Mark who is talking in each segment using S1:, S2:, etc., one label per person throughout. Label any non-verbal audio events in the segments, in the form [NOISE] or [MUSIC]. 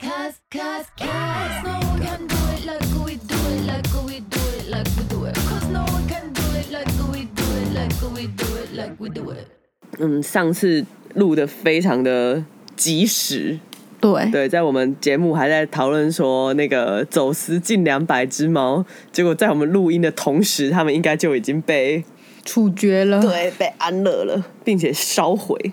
S1: Cause, cause no one can do it like we do it, like we do it, like we do it. Cause no one can do it like we do it, like we do it, like we do it.
S2: 嗯，上次录的非常的及时，
S3: 对，
S2: 对，在我们节目还在讨论说那个走私近两百只猫，结果在我们录音的同时，他们应该就已经被
S3: 处决了。
S2: 对被安乐了，并且烧毁，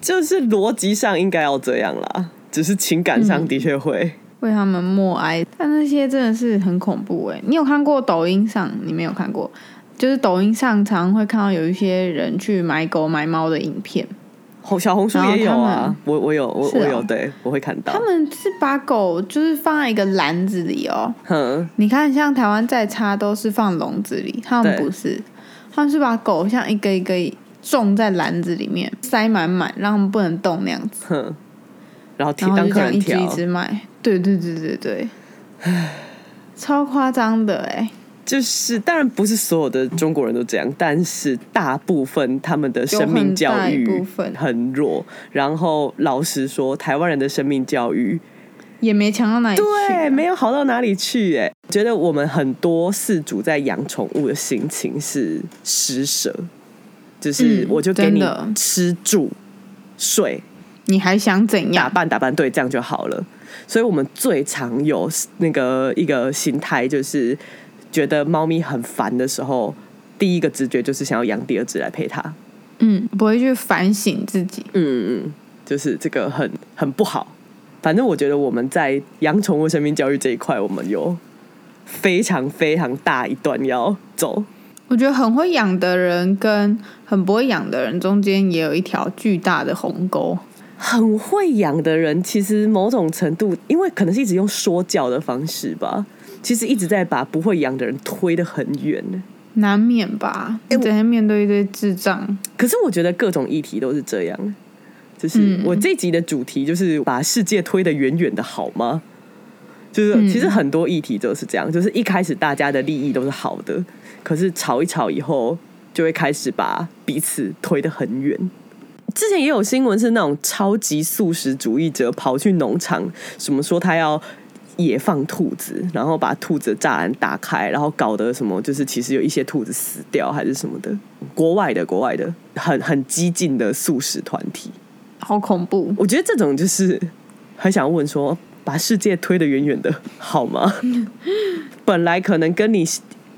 S2: 就是逻辑上应该要这样啦，只是情感上的确会。
S3: 为他们默哀。但那些真的是很恐怖哎、你有看过抖音上？你没有看过？就是抖音上常会看到有一些人去买狗买猫的影片，
S2: 哦红小红书也有
S3: 嗯哦然后他
S2: 啊
S3: 们，
S2: 我我有我、
S3: 是啊
S2: 我有，对我会看到
S3: 他。们是把狗就是放在一个篮子里哦。
S2: 哼，
S3: 你看，像台湾在插都是放笼子里，他们
S2: 对
S3: 不是，他们是把狗像一个一个种在篮子里面，塞满满，让他们不能动那样子，
S2: 哼，然后提
S3: 然后
S2: 当
S3: 就这
S2: 客
S3: 样
S2: 人
S3: 一只
S2: 挑
S3: 一，只卖。对对对对
S2: [SIGHS]
S3: 对，超夸张的哎、
S2: 就是当然不是所有的中国人都这样，但是大部分他们的生命教育
S3: 有很大一部分
S2: 很弱。然后老实说，台湾人的生命教育
S3: 也没强到哪里去、啊
S2: 对，没有好到哪里去、欸。哎，觉得我们很多饲主在养宠物的心情是施舍，就是
S3: 嗯
S2: 我就给
S3: 真
S2: 你
S3: 的
S2: 吃住睡，
S3: 你还想怎
S2: 打
S3: 样？
S2: 扮打扮，对，这样就好了。所以我们最常有那个一个心态，就是觉得猫咪很烦的时候，第一个直觉就是想要养第二只来陪它。
S3: 嗯，不会去反省自己。
S2: 嗯嗯，就是这个很很不好。反正我觉得我们在养宠物生命教育这一块，我们有非常非常大一段要走。
S3: 我觉得很会养的人跟很不会养的人中间也有一条巨大的鸿沟。
S2: 很会养的人，其实某种程度，因为可能是一直用说教的方式吧，其实一直在把不会养的人推得很远。
S3: 难免吧，你整天面对一堆智障，
S2: 可是我觉得各种议题都是这样，就是
S3: 嗯
S2: 我这集的主题就是把世界推得远远的，好吗？就是
S3: 嗯
S2: 其实很多议题都是这样，就是一开始大家的利益都是好的，可是吵一吵以后，就会开始把彼此推得很远。之前也有新闻是那种超级素食主义者跑去农场，什么说他要野放兔子，然后把兔子的栅栏打开，然后搞得什么就是其实有一些兔子死掉还是什么的。国外的国外的很很激进的素食团体，
S3: 好恐怖。
S2: 我觉得这种就是很想问说，把世界推得远远的好吗？本来可能跟你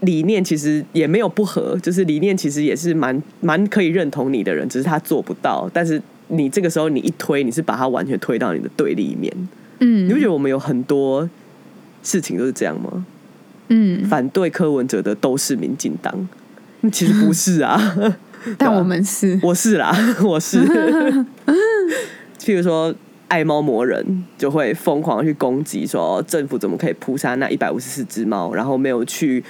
S2: 理念其实也没有不合，就是理念其实也是蛮蛮可以认同你的人，只是他做不到。但是你这个时候你一推，你是把他完全推到你的对立面。你不觉
S3: 嗯
S2: 得我们有很多事情都是这样吗？
S3: 嗯，
S2: 反对柯文哲的都是民进党，其实不是啊。
S3: 但我们是
S2: [LAUGHS] 我是啦，我是。 [LAUGHS] 譬如说，爱猫魔人就会疯狂地去攻击，说政府怎么可以扑杀那一百五十四只猫，然后没有去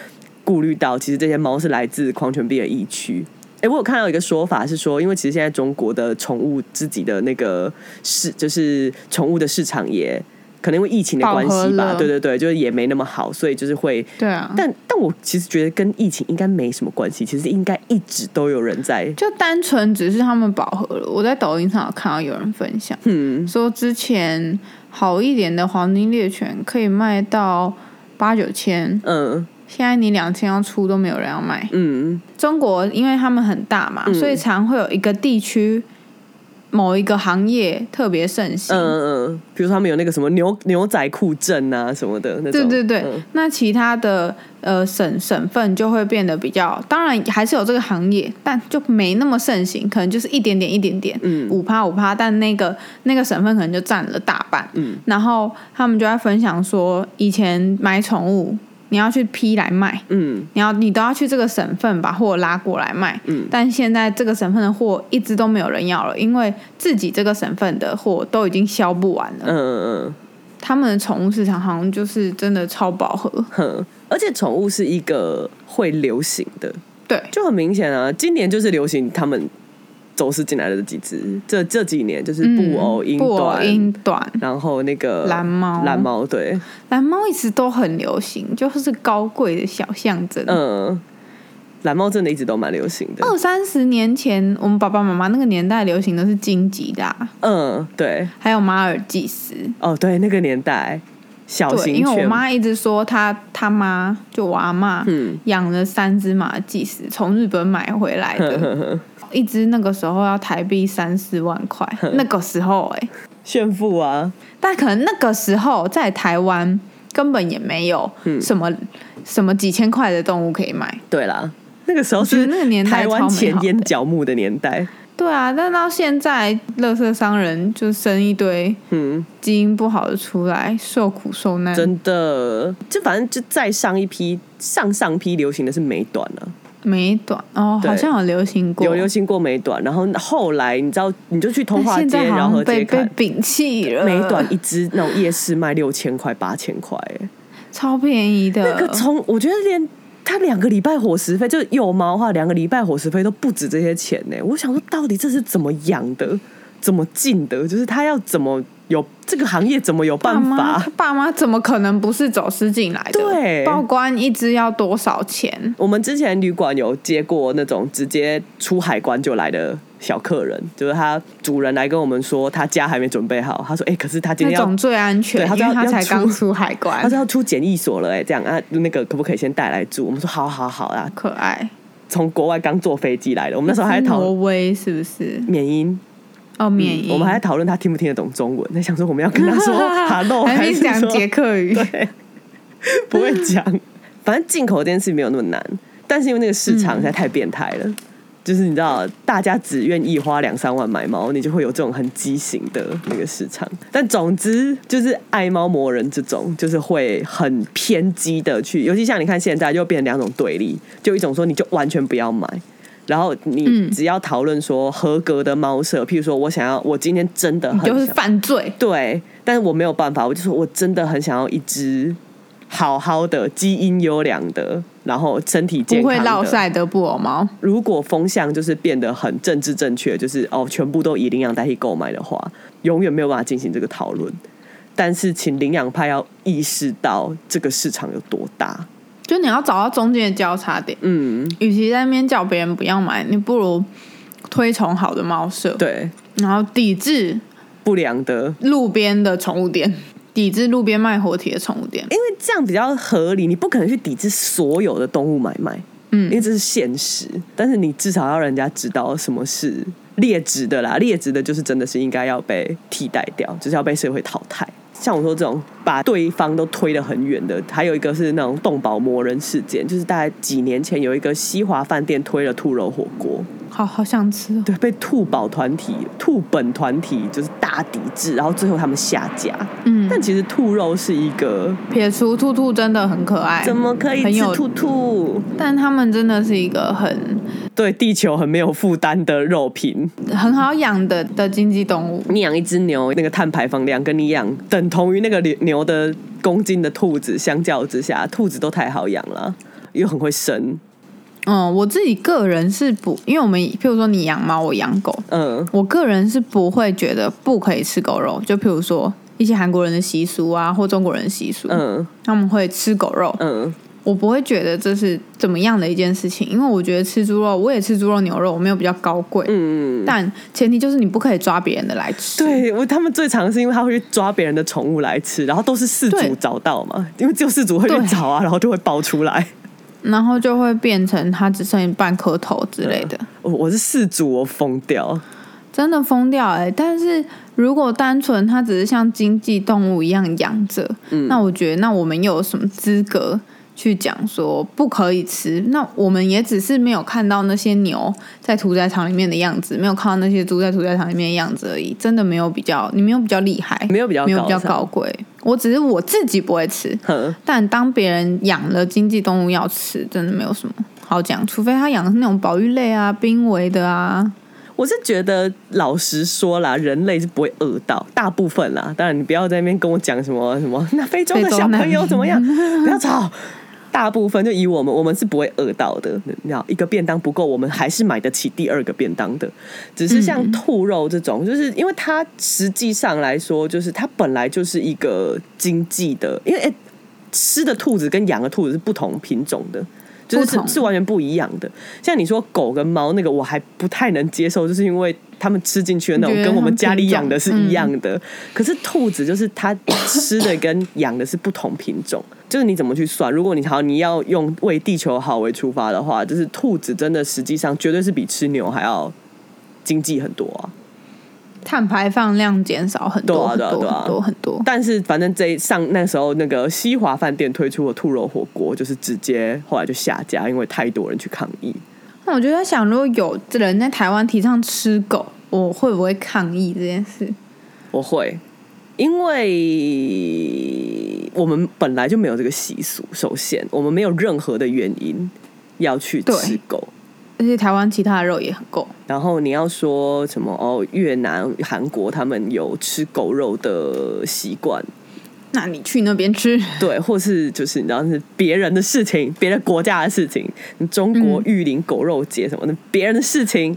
S2: 顾虑到，其实这些猫是来自狂犬病的疫区。哎、我有看到一个说法是说，因为其实现在中国的宠物自己的那个市，就是宠物的市场也可能因为疫情的关系
S3: 饱和
S2: 吧，
S3: 了
S2: 对对对，就是也没那么好，所以就是会。
S3: 对啊，
S2: 但但我其实觉得跟疫情应该没什么关系，其实应该一直都有人在，
S3: 就单纯只是他们饱和了。我在抖音上有看到有人分享，
S2: 嗯，
S3: 说之前好一点的黄金猎犬可以卖到八九千，
S2: 嗯
S3: 现在你两千要出都没有人要买。
S2: 嗯
S3: 中国因为他们很大嘛，
S2: 嗯
S3: 所以常会有一个地区某一个行业特别盛
S2: 嗯
S3: 行。
S2: 嗯嗯，比如说他们有那个什么牛牛仔裤证啊什么的那
S3: 对
S2: 种，
S3: 对对，
S2: 嗯
S3: 那其他的呃省省份就会变得比较，当然还是有这个行业，但就没那么盛行，可能就是一点点一点点，
S2: 嗯
S3: 五趴五趴，但那个那个省份可能就占了大半，
S2: 嗯，
S3: 然后他们就在分享说，以前买宠物你要去批来卖，
S2: 嗯
S3: 你要你都要去这个省份把货拉过来卖，
S2: 嗯
S3: 但现在这个省份的货一直都没有人要了，因为自己这个省份的货都已经销不完了，
S2: 嗯嗯
S3: 他们的宠物市场好像就是真的超饱和。
S2: 嗯哼，而且宠物是一个会流行的，
S3: 对，
S2: 就很明显啊，今年就是流行他们走私进来的这几只，这这几年就是布偶、英
S3: 嗯布偶、
S2: 短，
S3: 英短、
S2: 然后那个
S3: 蓝猫
S2: 蓝猫对，
S3: 蓝猫一直都很流行，就是高贵的小象征。
S2: 嗯，蓝猫真的一直都蛮流行的，
S3: 二三十年前，我们爸爸妈妈那个年代流行的是荆棘的啊、
S2: 嗯，对，
S3: 还有马尔济斯。
S2: 哦对，那个年代小
S3: 对，
S2: 型
S3: 因为我
S2: 犬，
S3: 妈一直说她她妈就我阿妈
S2: 嗯，
S3: 养了三只马吉斯，从日本买回
S2: [LAUGHS]
S3: 来的，一只那个时候要台币三四万
S2: [LAUGHS]
S3: 块，那个时候哎、
S2: 炫富啊，
S3: 但可能那个时候在台湾根本也没有
S2: 嗯
S3: 什么、什么几千块的动物可以买。
S2: 对啦，那个时候
S3: 我觉得
S2: 是
S3: 那个年代
S2: 台湾
S3: 超美
S2: 前
S3: 好
S2: 烟
S3: 的
S2: 角木的年代，
S3: 对啊，但到现在，乐色商人就生一堆
S2: 嗯，
S3: 基因不好的出来，受苦受难。
S2: 真的，就反正就再上一批、上上批流行的是美短了、
S3: 美短哦，
S2: 对
S3: 好像有流行过，
S2: 有流行过美短，然后后来你知道，你就去通
S3: 但
S2: 化
S3: 现
S2: 街、
S3: 在好
S2: 饶河
S3: 像
S2: 街
S3: 被被
S2: 看。
S3: 摒弃了。
S2: 美短一只那种夜市卖六千块八千块，哎
S3: 超便宜的，
S2: 那个从我觉得连他两个礼拜伙食费，就有毛的话，两个礼拜伙食费都不止这些钱呢。我想说，到底这是怎么养的，怎么进的？就是他要怎么有这个行业怎么有
S3: 爸
S2: 办
S3: 妈
S2: 法
S3: 他？爸妈怎么可能不是走私进来的？
S2: 对
S3: 报关一只要多少钱？
S2: 我们之前旅馆有接过那种直接出海关就来的小客人，就是他主人来跟我们说他家还没准备好，他说：“哎、可是他今
S3: 那
S2: 天要
S3: 种最安全，
S2: 对他
S3: 因为
S2: 要
S3: 他
S2: 要
S3: 才
S2: 出
S3: 刚出海
S2: 他
S3: 关
S2: 说，要出检疫所了、哎，这样啊，那个可不可以先带来住？”我们说：“好好好啊，
S3: 可爱。
S2: 从国外刚坐飞机来的，我们那时候还在讨
S3: 挪
S2: 论
S3: 威是不是？
S2: 缅因，
S3: 哦，缅因、
S2: 嗯我们还在讨论他听不听得懂中文，在想说我们要跟他
S3: [LAUGHS]
S2: 说 hello
S3: 还
S2: 还
S3: 没
S2: 是
S3: 讲
S2: 说
S3: 捷克语，
S2: [LAUGHS] 不会讲，反正进口这件事没有那么难，但是因为那个市场实在太变态了。就是你知道，大家只愿意花两三万买猫，你就会有这种很畸形的那个市场。但总之，就是爱猫魔人这种，就是会很偏激的去，尤其像你看现在就变成两种对立，就一种说你就完全不要买，然后你
S3: 嗯
S2: 只要讨论说合格的猫舍，譬如说我想要，我今天真的很
S3: [LAUGHS] 就是
S2: 想
S3: 犯罪。
S2: 对，但是我没有办法，我就说我真的很想要一只好好的、基因优良的，然后身体健
S3: 不
S2: 康
S3: 会
S2: 的。
S3: 落晒的布偶猫，
S2: 如果风向就是变得很政治正确，就是哦，全部都以领养代替购买的话，永远没有办法进行这个讨论。但是，请领养派要意识到这个市场有多大。
S3: 就你要找到中间的交叉点。
S2: 嗯，
S3: 与其在那边叫别人不要买，你不如推崇好的猫舍，
S2: 对，
S3: 然后抵制
S2: 不良的
S3: 路边的宠物店，抵制路边卖活体的宠物店。
S2: 因为这样比较合理，你不可能去抵制所有的动物买卖，
S3: 嗯
S2: 因为这是现实。但是你至少要让人家知道什么是劣质的啦，劣质的就是真的是应该要被替代掉，就是要被社会淘汰。像我说这种把对方都推得很远的，还有一个是那种动保魔人事件，就是大概几年前有一个西华饭店推了兔肉火锅，
S3: 好好想吃哦，
S2: 对，被兔宝团体、兔本团体就是大抵制，然后最后他们下架。
S3: 嗯
S2: 但其实兔肉是一个
S3: 撇除兔兔真的很可爱，
S2: 怎么可以
S3: 很
S2: 吃
S3: 有
S2: 兔兔？
S3: 但他们真的是一个很
S2: 对地球很没有负担的肉品。
S3: 很好养的的经济动物。
S2: 你养一只牛，那个碳排放量跟你养等同于那个牛牛的公斤的兔子相较之下，兔子都太好养了，又很会生。
S3: 嗯，我自己个人是不，因为我们譬如说你养猫，我养狗，
S2: 嗯，
S3: 我个人是不会觉得不可以吃狗肉。就譬如说一些韩国人的习俗啊，或中国人的习俗，
S2: 嗯
S3: 他们会吃狗肉，
S2: 嗯，
S3: 我不会觉得这是怎么样的一件事情，因为我觉得吃猪肉，我也吃猪肉牛肉，我没有比较高贵，嗯，但前提就是你不可以抓别人的来吃，
S2: 对我他们最常是因为他会去抓别人的宠物来吃，然后都是事主
S3: 对
S2: 找到嘛，因为只有事主会去
S3: 对
S2: 找啊，然后就会爆出来。
S3: 然后就会变成它只剩半颗头之类的，
S2: 我我是事主，我疯掉。
S3: 真的疯掉哎、但是如果单纯它只是像经济动物一样养着，
S2: 嗯
S3: 那我觉得那我们又有什么资格？去讲说不可以吃，那我们也只是没有看到那些牛在屠宰场里面的样子，没有看到那些猪在屠宰场里面的样子而已，真的没有比较，你没有比较厉害，
S2: 没有比较
S3: 没有比较
S2: 高尚
S3: 高贵，我只是我自己不会吃，
S2: 哼，
S3: 但当别人养了经济动物要吃，真的没有什么好讲，除非他养的是那种保育类啊、濒危的啊。
S2: 我是觉得，老实说啦，人类是不会饿到，大部分啦。当然，你不要在那边跟我讲什么什 [LAUGHS] 么，那非洲的小朋友怎么 [LAUGHS] 样？不要吵。大部分就以我们，我们是不会饿到的。你知道，一个便当不够，我们还是买得起第二个便当的。只是
S3: 嗯
S2: 像兔肉这种，就是因为它实际上来说，就是它本来就是一个经济的，因为、诶吃的兔子跟养的兔子是不同品种的，就是
S3: 不
S2: 是
S3: 同
S2: 是完全不一样的。像你说狗跟猫那个，我还不太能接受，就是因为他们吃进去的那种
S3: 觉得
S2: 跟我们
S3: 很嗯
S2: 家里
S3: 品种
S2: 养的是一样的。可是兔子就是它 [COUGHS] 吃的跟养的是不同品种，就是你怎么去算？如果你好，你要用为地球好为出发的话，就是兔子真的实际上绝对是比吃牛还要经济很多啊。
S3: 碳排放量减少很多很
S2: 对啊对啊
S3: 多
S2: 对啊
S3: 很多很多，
S2: 但是反正这一上那时候那个西华饭店推出的兔肉火锅，就是直接后来就下架，因为太多人去抗议。
S3: 那我就在想，如果有人在台湾提倡吃狗，我会不会抗议这件事？
S2: 我会，因为我们本来就没有这个习俗，首先我们没有任何的原因要去吃
S3: 对
S2: 狗。
S3: 而且台湾其他的肉也很够，
S2: 然后你要说什么哦，越南、韩国他们有吃狗肉的习惯，
S3: 那你去那边吃， [LAUGHS]
S2: 对，或是就是你知道是别人的事情，别的国家的事情，中国
S3: 嗯
S2: 玉林狗肉节什么的，别人的事情，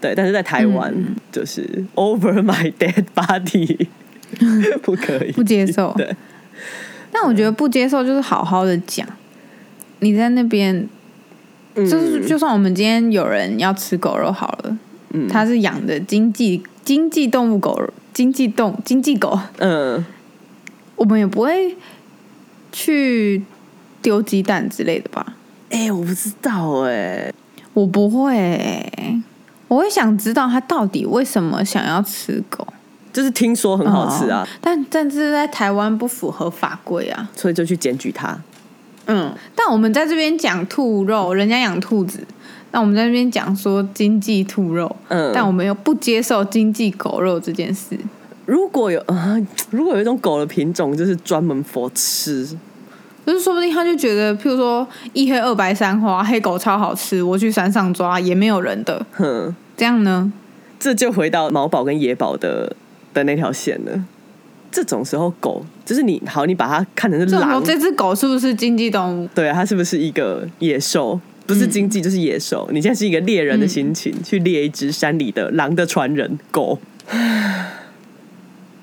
S2: 对，但是在台湾、
S3: 嗯
S2: 就是 over my dead
S3: [LAUGHS]
S2: body，不可以，
S3: 不接受
S2: 对，
S3: 但我觉得不接受就是好好的讲，你在那边。就是，就算我们今天有人要吃狗肉好了，
S2: 嗯
S3: 他是养的经济经济动物狗，经济动经济狗，
S2: 嗯，
S3: 我们也不会去丢鸡蛋之类的吧？
S2: 哎、我不知道哎、
S3: 我不会欸、我会想知道他到底为什么想要吃狗，
S2: 就是听说很好吃啊，
S3: 哦但但是在台湾不符合法规啊。
S2: 所以就去检举他。
S3: 嗯，但我们在这边讲兔肉，人家养兔子，那我们在这边讲说经济兔肉，
S2: 嗯
S3: 但我们又不接受经济狗肉这件事。
S2: 如果有啊、如果有一种狗的品种就是专门 for 吃，
S3: 就是说不定他就觉得，譬如说一黑二白三花，黑狗超好吃，我去山上抓也没有人的，
S2: 哼，
S3: 这样呢？
S2: 这就回到毛宝跟野宝的的那条线了。这种时候狗就是你好，你把它看成是
S3: 这种时候
S2: 狼，
S3: 这只狗是不是经济动物？
S2: 对啊它是不是一个野兽？不是经济就是野兽。
S3: 嗯
S2: 你现在是一个猎人的心情，去猎一只山里的狼的传人狗，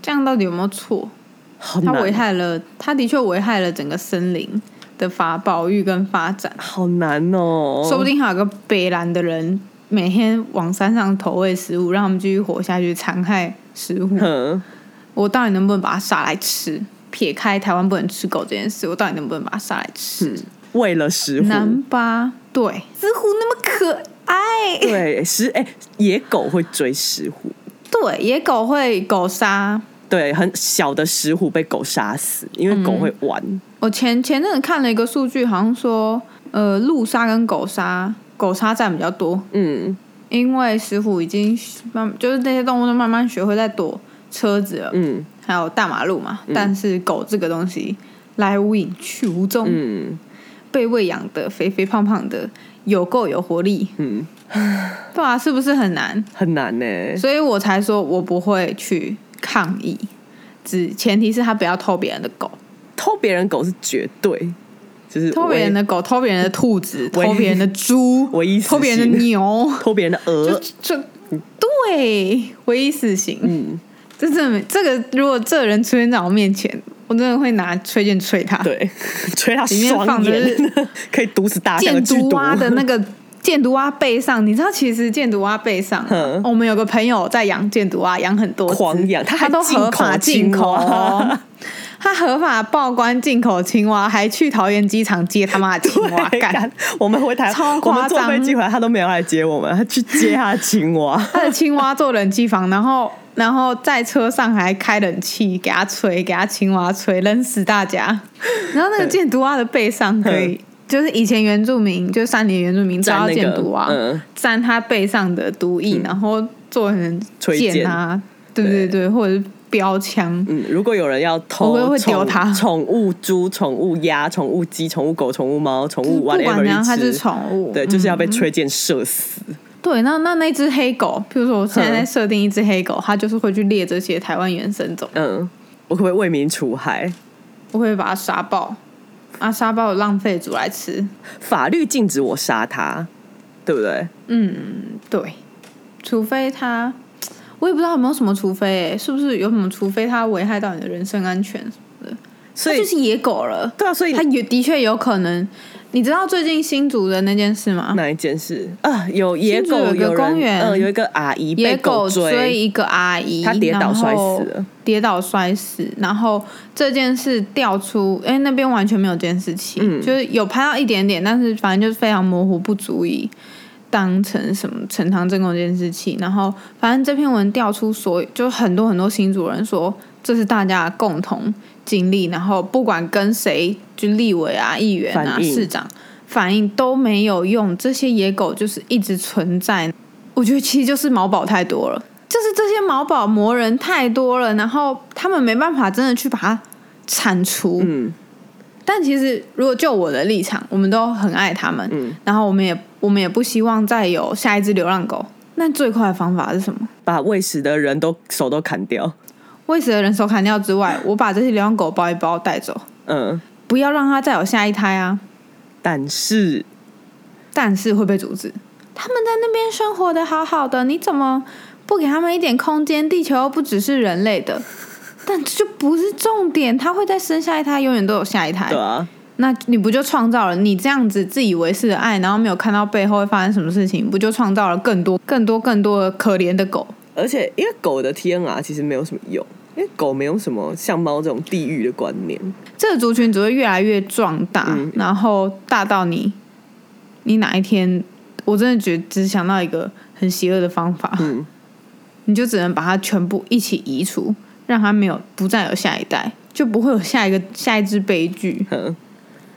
S3: 这样到底有没有错？
S2: 好
S3: 它危
S2: 难，
S3: 害了，它的确危害了整个森林的发保育跟发展，
S2: 好难哦。
S3: 说不定还有个北兰的人每天往山上投喂食物，让他们继续活下去，残害食物。
S2: 哼，
S3: 我到底能不能把它杀来吃？撇开台湾不能吃狗这件事，我到底能不能把它杀来吃？
S2: [LAUGHS] 为了食虎，
S3: 南巴对，石虎那么可爱，
S2: 对食哎、野狗会追食虎，
S3: 对，野狗会狗杀。
S2: 对，很小的石虎被狗杀死，因为
S3: 嗯
S2: 狗会玩。
S3: 我前前阵子看了一个数据，好像说，呃，鹿杀跟狗杀，狗杀占比较多，
S2: 嗯
S3: 因为石虎已经慢，就是那些动物都慢慢学会在躲车子了，
S2: 嗯
S3: 还有大马路嘛。但是狗这个东西来无影去无踪，
S2: 嗯
S3: 被喂养的肥肥胖胖的，有够有活力，
S2: 嗯，
S3: [LAUGHS] 对啊，是不是很难？
S2: 很难呢、
S3: 所以我才说我不会去抗议，只前提是他不要偷别人的狗，
S2: 偷别人狗是绝对，就是
S3: 偷别人的狗，偷别人的兔子，
S2: [LAUGHS] 唯
S3: 偷别人的猪，
S2: [LAUGHS] 唯一死
S3: 偷别人的
S2: 刑呃
S3: 牛，
S2: 偷别人的
S3: 就
S2: 鹅，
S3: 就对，唯一死刑。
S2: 嗯，
S3: 这真的没这个，如果这个人出现在我面前，我真的会拿吹剑吹他。，
S2: 对，
S3: [LAUGHS]
S2: 吹他
S3: 里面
S2: 双
S3: 放的是
S2: 眼， [LAUGHS] 可以毒死大象的
S3: 箭
S2: 剧
S3: 毒
S2: 毒。
S3: 啊蛙的
S2: [LAUGHS]
S3: 那个。箭毒蛙背上，你知道其实箭毒蛙背上啊、
S2: 嗯
S3: 我们有个朋友在养箭毒蛙，养很多只
S2: 狂养他还
S3: 他都合法
S2: 进
S3: 进
S2: 口
S3: 口
S2: 青
S3: 哦， [LAUGHS] 他合法报关进口青蛙，还去桃园机场接他妈的青
S2: [LAUGHS]
S3: 蛙
S2: 对
S3: 干
S2: 干。我们回台，
S3: 超
S2: 我们
S3: 夸
S2: 坐
S3: 张。
S2: 飞机回来，他都没有来接我们，他去接他的青蛙
S3: 他的青蛙做冷气房，然后然后在车上还开冷气给他吹，给他青蛙吹，冷死
S2: [LAUGHS]
S3: 大家。然后那个箭毒蛙的背上可以，就是以前原住民，就是山里的原住民
S2: 沾
S3: 抓到啊
S2: 那个
S3: 箭毒蛙
S2: 嗯，
S3: 沾它背上的毒液，然后做成
S2: 吹箭
S3: 箭啊，对对对，或者是标枪。
S2: 嗯，如果有人要偷
S3: 我会
S2: 宠，
S3: 会丢他
S2: 宠物猪、宠物鸭、宠物鸡、宠物狗、宠物猫、宠
S3: 就是
S2: 物
S3: 不管
S2: whatever
S3: 怎样，它
S2: 一
S3: 是
S2: 只，
S3: 宠物。
S2: 对，
S3: 嗯
S2: 就是要被吹箭射死。
S3: 对，那那那只黑狗，譬如
S2: 嗯
S3: 说我现在在设定一只黑狗，它就是会去猎这些台湾原生种，
S2: 嗯，我可不可以为民除害？
S3: 我会把它杀爆，啊，杀爆浪费煮来吃。
S2: 法律禁止我杀他，对不对？
S3: 嗯，对，除非它，我也不知道有没有什么除非、欸，是不是有什么除非它危害到你的人身安全什么的，
S2: 所
S3: 它
S2: 以
S3: 就是野狗了。
S2: 对啊，所以
S3: 它有的确有可能，你知道最近新竹的那件事吗？
S2: 哪一件事啊？有野
S3: 新竹
S2: 狗
S3: 有一个
S2: 人
S3: 公园
S2: 嗯，有一个阿姨被
S3: 野狗追
S2: 追，
S3: 一个阿姨，
S2: 她跌倒摔死了
S3: 然后跌倒摔死。然后这件事调出，哎、那边完全没有监视器，
S2: 嗯
S3: 就是有拍到一点点，但是反正就是非常模糊，不足以当成什么呈堂证供这件事情。然后反正这篇文调出所有，就很多很多新主人说这是大家共同经历，然后不管跟谁，就立委啊、议员啊、
S2: 反应
S3: 市长。反应都没有用，这些野狗就是一直存在，我觉得其实就是毛宝太多了，就是这些毛宝魔人太多了，然后他们没办法真的去把它铲除。
S2: 嗯，
S3: 但其实如果就我的立场，我们都很爱他们，
S2: 嗯
S3: 然后我们也我们也不希望再有下一只流浪狗。那最快的方法是什么？
S2: 把喂食的人都手都砍掉，
S3: 喂食的人手砍掉之外，我把这些流浪狗包一包带走，
S2: 嗯，
S3: 不要让它再有下一胎啊！
S2: 但是
S3: 但是会被阻止。他们在那边生活的好好的，你怎么不给他们一点空间？地球又不只是人类 [LAUGHS] 的，但这就不是重点。他会再生下一胎，永远都有下一胎
S2: 对。啊，
S3: 那你不就创造了你这样子自以为是的爱，然后没有看到背后会发生什么事情，不就创造了更多、更多、更多的可怜的狗？
S2: 而且因为狗的 TNR 其实没有什么用，因为狗没有什么像猫这种地域的观念，
S3: 这个族群只会越来越壮大，
S2: 嗯
S3: 然后大到你，你哪一天，我真的觉得只想到一个很邪恶的方法，
S2: 嗯
S3: 你就只能把它全部一起移除，让它没有不再有下一代，就不会有下一个下一只悲剧。
S2: 嗯哼，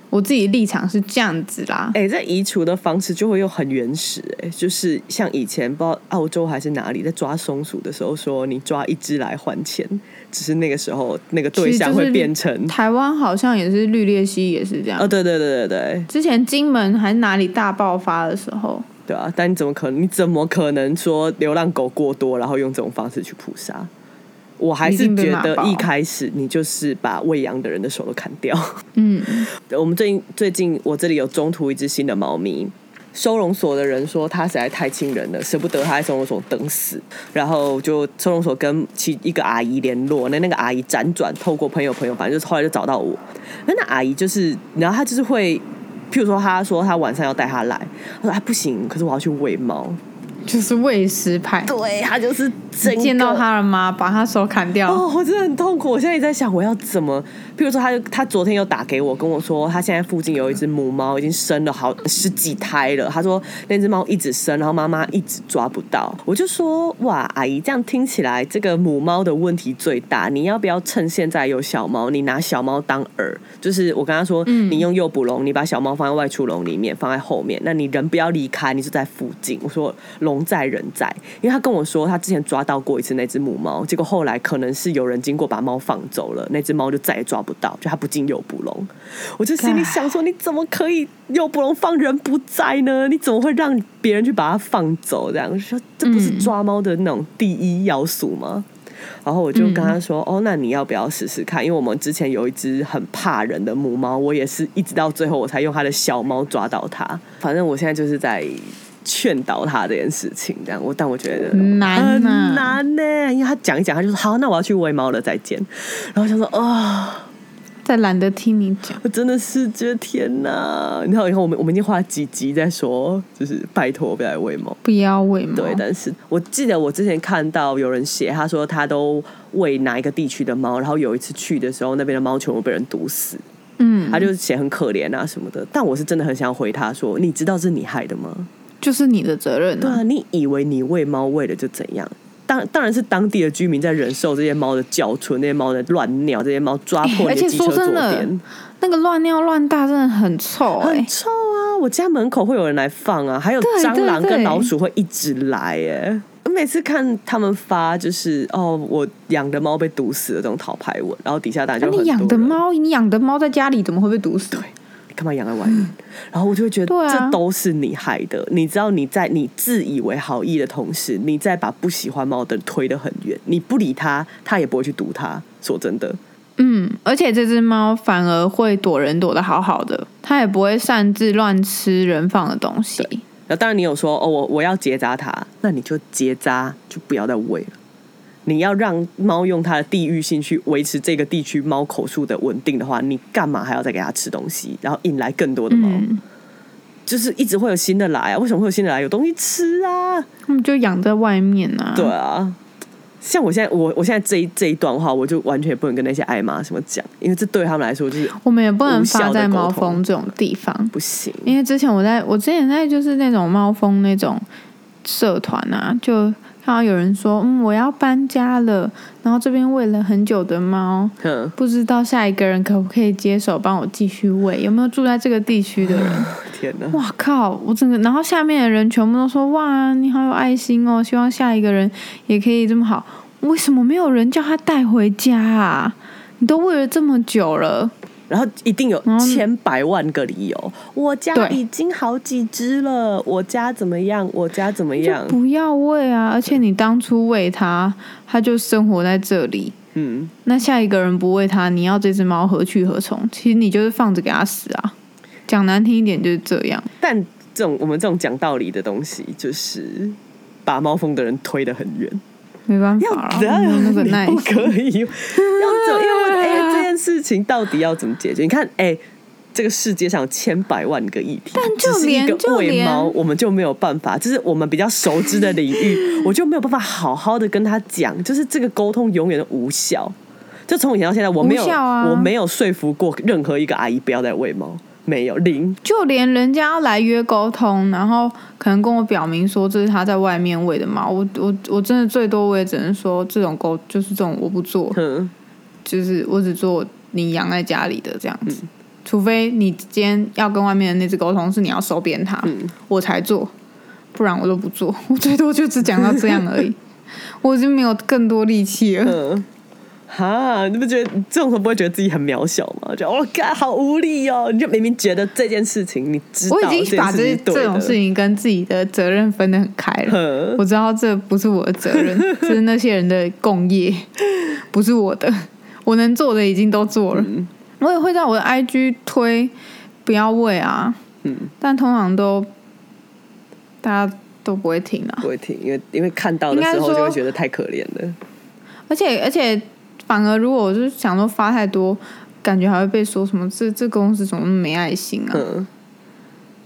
S3: 我自己立场是这样子啦，
S2: 哎、这移除的方式就会又很原始、哎，就是像以前不知道澳洲还是哪里在抓松鼠的时候说你抓一只来换钱，只是那个时候那个对象
S3: 其实就
S2: 会
S3: 是
S2: 变成。
S3: 台湾好像也是绿鬣蜥也是这样。
S2: 哦，对对对对对
S3: 之前金门还是哪里大爆发的时候，
S2: 对啊！但你怎么可能？你怎么可能说流浪狗过多，然后用这种方式去捕杀？我还
S3: 一
S2: 是
S3: 定被
S2: 觉
S3: 骂
S2: 得
S3: 爆
S2: 一开始你就是把喂养的人的手都砍掉。
S3: 嗯，
S2: [LAUGHS] 我们最近最近我这里有中途一只新的猫咪，收容所的人说它实在太亲人了，舍不得它在收容所等死。然后就收容所跟其一个阿姨联络，那那个阿姨辗转透过朋友朋友，反正就是后来就找到我。那那阿姨就是，然后她就是会，譬如说她说她晚上要带她来，她说啊不行，可是我要去喂猫。
S3: 就是喂食派。
S2: 对，她就是整
S3: 见到
S2: 个
S3: 他了吗？把他手砍掉。
S2: 哦，我真的很痛苦。我现在也在想，我要怎么？譬如说他，就他昨天又打给我，跟我说，他现在附近有一只母猫，已经生了好十几胎了。他说那只猫一直生，然后妈妈一直抓不到。我就说，哇，阿姨，这样听起来这个母猫的问题最大。你要不要趁现在有小猫，你拿小猫当饵？就是我跟他说，你用诱捕笼，你把小猫放在外出笼里面，放在后面。那你人不要离开，你就在附近。我说笼在人在，因为他跟我说他之前抓到过一次那只母猫，结果后来可能是有人经过把猫放走了，那只猫就再也抓不到，就它不进诱捕笼。我就心里想说，你怎么可以诱捕笼放人不在呢？你怎么会让别人去把它放走？这样我就说这不是抓猫的那种第一要素吗？然后我就跟
S3: 嗯
S2: 他说：“哦，那你要不要试试看？因为我们之前有一只很怕人的母猫，我也是一直到最后我才用它的小猫抓到它。反正我现在就是在劝导他这件事情，这样我但我觉得
S3: 很难啊
S2: 很难呢、因为他讲一讲，他就说好，那我要去喂猫了，再见。然后我想说啊、
S3: 再懒得听你讲，
S2: 我真的是觉得天哪！你看，以后我们我们已经花了几集在说，就是拜托不要来喂猫。
S3: 不要喂猫。
S2: 对，但是我记得我之前看到有人写，他说他都喂哪一个地区的猫，然后有一次去的时候，那边的猫全部被人毒死，
S3: 嗯，
S2: 他就写很可怜啊什么的。但我是真的很想回他说，你知道是你害的吗？
S3: 就是你的责任、
S2: 对
S3: 啊。
S2: 啊，你以为你喂猫喂了就怎样？当当然是当地的居民在忍受这些猫的叫春、那些猫的乱尿、这些猫抓破
S3: 哎而
S2: 你
S3: 且
S2: 的机车
S3: 说
S2: 坐
S3: 真的
S2: 垫，
S3: 那个乱尿乱大真的很臭哎、
S2: 很臭啊！我家门口会有人来放啊，还有
S3: 对
S2: 蟑螂
S3: 对
S2: 跟
S3: 对
S2: 老鼠会一直来耶、我每次看他们发就是哦，我养的猫被毒死了这种讨拍文，然后底下大家
S3: 那
S2: 就很
S3: 啊你养
S2: 多
S3: 的
S2: 人
S3: 猫，你养的猫在家里怎么会被毒死？
S2: 干嘛养在外
S3: 嗯
S2: 面？然后我就会觉得
S3: 对啊
S2: 这都是你害的。你知道你在你自以为好意的同时，你在把不喜欢猫的推得很远。你不理它，它也不会去毒它。说真的，
S3: 嗯，而且这只猫反而会躲人躲得好好的，它也不会擅自乱吃人放的东西。
S2: 那当然你有说哦，我我要结扎它，那你就结扎，就不要再喂了。你要让猫用它的地域性去维持这个地区猫口数的稳定的话，你干嘛还要再给它吃东西，然后引来更多的猫？
S3: 嗯，
S2: 就是一直会有新的来啊！为什么会有新的来？有东西吃啊！
S3: 他们就养在外面啊。
S2: 对，啊，像我现在我我现在这一这一段话，我就完全不能跟那些爱妈什么讲，因为这对他们来说就是
S3: 我们也不能
S2: 无效
S3: 发
S2: 的
S3: 在
S2: 沟
S3: 猫
S2: 通
S3: 风这种地方，
S2: 不行。
S3: 因为之前我在我之前在就是那种猫风那种社团啊，就看到有人说，嗯，我要搬家了，然后这边喂了很久的猫，
S2: 哼，
S3: 不知道下一个人可不可以接手帮我继续喂？有没有住在这个地区的人？
S2: 天哪！
S3: 哇靠！我整个，然后下面的人全部都说：“哇，你好有爱心哦，希望下一个人也可以这么好。”为什么没有人叫他带回家啊？你都喂了这么久了，
S2: 然后一定有
S3: 然后
S2: 千百万个理由，我家
S3: 对
S2: 已经好几只了，我家怎么样，我家怎么
S3: 嗯就
S2: 样？
S3: 不要喂啊！而且你当初喂它，它就生活在这里。
S2: 嗯，
S3: 那下一个人不喂它，你要这只猫何去何从？其实你就是放着给它死啊！讲难听一点就是这样。
S2: 但这种我们这种讲道理的东西，就是把猫疯的人推得很远。
S3: 没办
S2: 要
S3: 法
S2: 怎
S3: 啦，
S2: 样
S3: 我没有嗯那个耐
S2: 不
S3: 心
S2: 可以，
S3: [LAUGHS]
S2: 要怎因为哎、这件事情到底要怎么解决？你看，哎、这个世界上有千百万个议题，但
S3: 就连
S2: 一个
S3: 就
S2: 喂
S3: 连
S2: 猫，我们就没有办法，就是我们比较熟知的领
S3: [LAUGHS]
S2: 域，我就没有办法好好的跟他讲，就是这个沟通永远都无效。就从以前到现在，我没有、
S3: 无效啊
S2: 我没有说服过任何一个阿姨不要再喂猫，没有零。
S3: 就连人家要来约沟通，然后可能跟我表明说这是他在外面喂的猫，我我我真的最多我也只能说这种沟就是这种我不做，
S2: 嗯，
S3: 就是我只做你养在家里的这样
S2: 嗯
S3: 子，除非你今天要跟外面的那只沟通是你要收编它，
S2: 嗯
S3: 我才做，不然我都不做， [LAUGHS] 我最多就只讲到这样而已， [LAUGHS] 我已经没有更多力气了。
S2: 嗯，哈，你不觉得这种时候不会觉得自己很渺小吗？就我干、好无力哦！你就明明觉得这件事情，你知道
S3: 我已经把
S2: 这件事
S3: 这
S2: 情是对
S3: 这种
S2: 的
S3: 事，情跟自己的责任分得很开了
S2: 嗯。 [LAUGHS]
S3: 我知道这不是我的责任，这是那些人的共业，不是我的。我能做的已经都做了，
S2: 嗯
S3: 我也会在我的 IG 推不要喂啊，
S2: 嗯，
S3: 但通常都大家都不会听啊，
S2: 不会听，因为因为看到的时候
S3: 应该
S2: 就
S3: 说
S2: 会觉得太可怜了。
S3: 而且而且反而如果我就是想说发太多，感觉还会被说什么这这公司怎么那么没爱心啊，
S2: 嗯，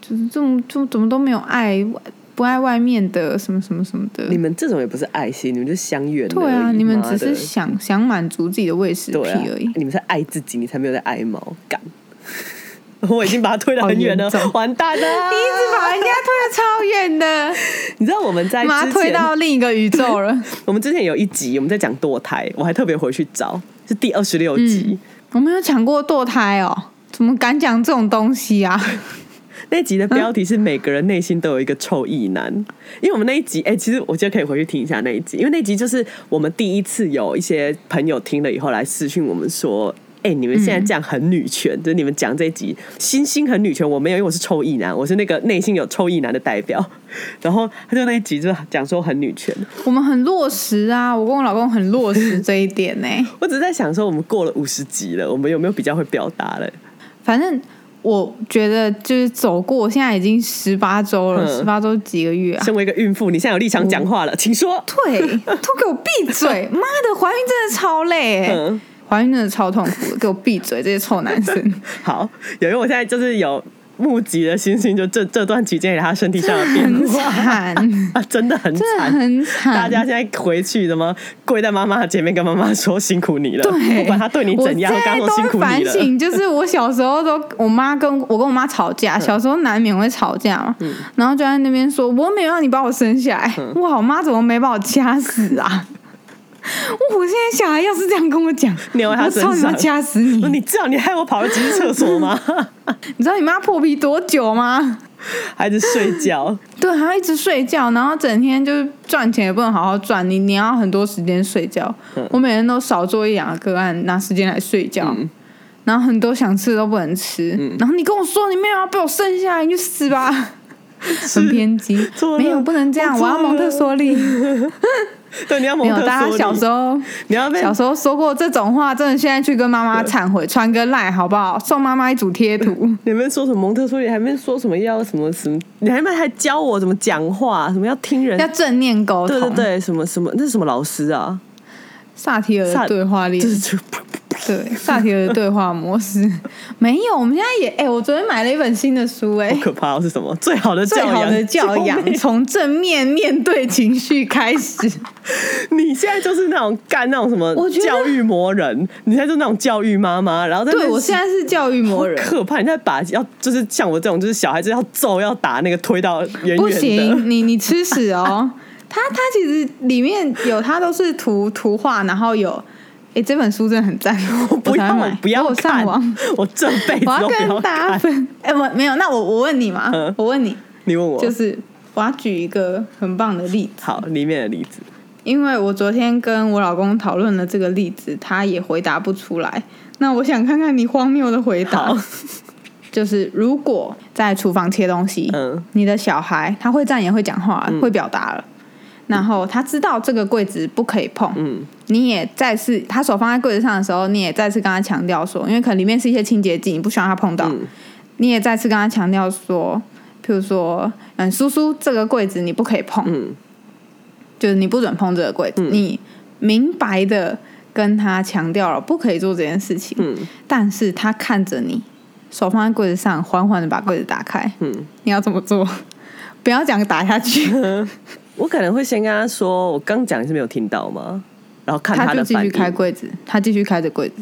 S3: 就是这种就怎么都没有爱，不爱外面的什么什么什么的。
S2: 你们这种也不是爱心，你们就是相怨而已。
S3: 对啊，你们
S2: 妈
S3: 只
S2: 的
S3: 是想想满足自己的喂食癖
S2: 对啊
S3: 而已，。
S2: 你们在爱自己，你才没有在爱猫。干， [LAUGHS] 我已经把它推得很远了
S3: 好严，重
S2: 完蛋了！
S3: 第 [LAUGHS] 一次把人家推的超远的，
S2: 你知道我们在
S3: 把
S2: 之
S3: 他推
S2: 前
S3: 到另一个宇宙了。
S2: 我们之前有一集我们在讲堕胎，我还特别回去找，是第二十六集。
S3: [LAUGHS] 我们有讲过堕胎哦，怎么敢讲这种东西 [LAUGHS] 啊？
S2: 那集的标题是“每个人内心都有一个臭意男”，因为我们那一集，哎、其实我觉得可以回去听一下那一集，因为那集就是我们第一次有一些朋友听了以后来私讯我们说。哎、你们现在这样很女权，就是你们讲这一集星星很女权，我没有，因为我是臭意男，我是那个内心有臭意男的代表。 [LAUGHS] 然后他就那一集就讲说很女权，
S3: 我们很落实啊，我跟我老公很落实这一点呢、
S2: 我只是在想说，我们过了五十集了，我们有没有比较会表达了？
S3: 反正我觉得就是走过，现在已经十八周了，
S2: 嗯
S3: 十八周几个月啊？
S2: 身为一个孕妇，你现在有立场讲话了，请说。
S3: 对，都给我闭嘴！ [LAUGHS] 妈的，怀孕真的超累、欸，
S2: 嗯
S3: 怀孕真的超痛苦的，给我闭嘴！这些臭男生。
S2: 好，由于我现在就是有募集的星星，就这这段期间给他身体上的变
S3: [LAUGHS] 很
S2: 化，
S3: 惨，
S2: 啊，真的很
S3: 真的
S2: 惨。
S3: 很惨。
S2: 大家现在回去怎么跪在妈妈的前面跟妈妈说辛苦你了，
S3: 对，
S2: [LAUGHS] 不管他对你怎样，
S3: 我
S2: 我
S3: 现
S2: 刚
S3: 在
S2: 说
S3: 都
S2: 辛
S3: 会
S2: 苦
S3: 反
S2: 你了。
S3: 省，就是我小时候都，我妈跟我跟我妈吵
S2: 嗯
S3: 架，小时候难免会吵架嘛，然后就在那边说，我没有让你把我生下来，
S2: 嗯
S3: 哇，我妈怎么没把我掐死啊？我现在小孩要是这样跟我讲，
S2: 尿在她
S3: 我操你
S2: 身上哦
S3: 妈掐死你！
S2: 你知道你害我跑了几次厕所吗？ [LAUGHS]
S3: 你知道你妈破皮多久吗？
S2: 孩子睡觉，
S3: 对，还要一直睡觉，然后整天就是赚钱也不能好好赚，你你要很多时间睡觉。
S2: 嗯
S3: 我每天都少做一两个个案，拿时间来睡觉，然后很多想吃的都不能吃。
S2: 嗯
S3: 然后你跟我说你没有要被我生下来，你去死
S2: [LAUGHS]
S3: 吧！很偏激
S2: 错，了
S3: 没有不能这样，
S2: 我错
S3: 我
S2: 了
S3: 要蒙特
S2: [LAUGHS]
S3: 梭利。
S2: 对，你要
S3: 没
S2: 蒙
S3: 有
S2: 特，
S3: 大
S2: 梭
S3: 家
S2: 利。
S3: 小时候
S2: 你要被
S3: 小时候说过这种话，真的现在去跟妈妈忏悔，传个赖好不好？送妈妈一组贴图。
S2: 你们说什么蒙特梭利，还没说什么要什么什么，你还没还教我怎么讲话，什么要听人
S3: 要，正念沟通，
S2: 对对对，什么什么那是什么老师啊？
S3: 萨提尔
S2: 萨
S3: 的呃对话链
S2: 就，是就
S3: 对萨提尔的对话模式 [LAUGHS] 没有。我们现在也哎、我昨天买了一本新的书哎、
S2: 好可怕、哦，是什么？最好的教
S3: 最
S2: 养，
S3: 好的教
S2: 救 [LAUGHS]
S3: 养，
S2: 命
S3: 从正面面对情绪开
S2: [LAUGHS]
S3: 始。
S2: 你现在就是那种干那种什么
S3: 我觉得
S2: 教育魔人，你现在就是那种教育妈妈，然后在那
S3: 对
S2: 边
S3: 我现在是教育魔人，
S2: 可怕！你在把要就是像我这种就是小孩子要揍要打那个推到远远的，
S3: 不行，你你吃屎哦！ [LAUGHS] 它它其实里面有它都是图图画，然后有，哎、这本书真的很赞，
S2: [LAUGHS]
S3: 我
S2: 不
S3: 才
S2: 要
S3: 买，
S2: 不要
S3: 我有
S2: 看 [LAUGHS]
S3: 上网，，
S2: 我这辈子
S3: 我要
S2: 都不
S3: 跟大家
S2: 看。 [LAUGHS]
S3: 分，哎、我没有，那我我问你嘛，
S2: 嗯
S3: 我问你，
S2: 你问我，
S3: 就是我要举一个很棒的例子，
S2: 好里面的例子，
S3: 因为我昨天跟我老公讨论了这个例子，他也回答不出来。那我想看看你荒谬的回答
S2: 好，
S3: [LAUGHS] 就是如果在厨房切东西，
S2: 嗯
S3: 你的小孩他会站也会讲话，会表达了，然后他知道这个柜子不可以碰，
S2: 嗯，
S3: 你也再次他手放在柜子上的时候，你也再次跟他强调说，因为可能里面是一些清洁剂，你不希望他碰到，
S2: 嗯
S3: 你也再次跟他强调说，譬如说，嗯，叔叔这个柜子你不可以碰，
S2: 嗯
S3: 就是你不准碰这个柜子，你明白的跟他强调了不可以做这件事情，
S2: 嗯
S3: 但是他看着你，手放在柜子上，缓缓的把柜子打开，
S2: 嗯，
S3: 你要怎么做？ [LAUGHS] 不要讲打下去，
S2: 我可能会先跟他说，我刚讲你是没有听到吗？然 [LAUGHS] 后看
S3: 他就
S2: 的
S3: 继
S2: 反
S3: 续
S2: 应，
S3: 开柜子，他继续开着柜子，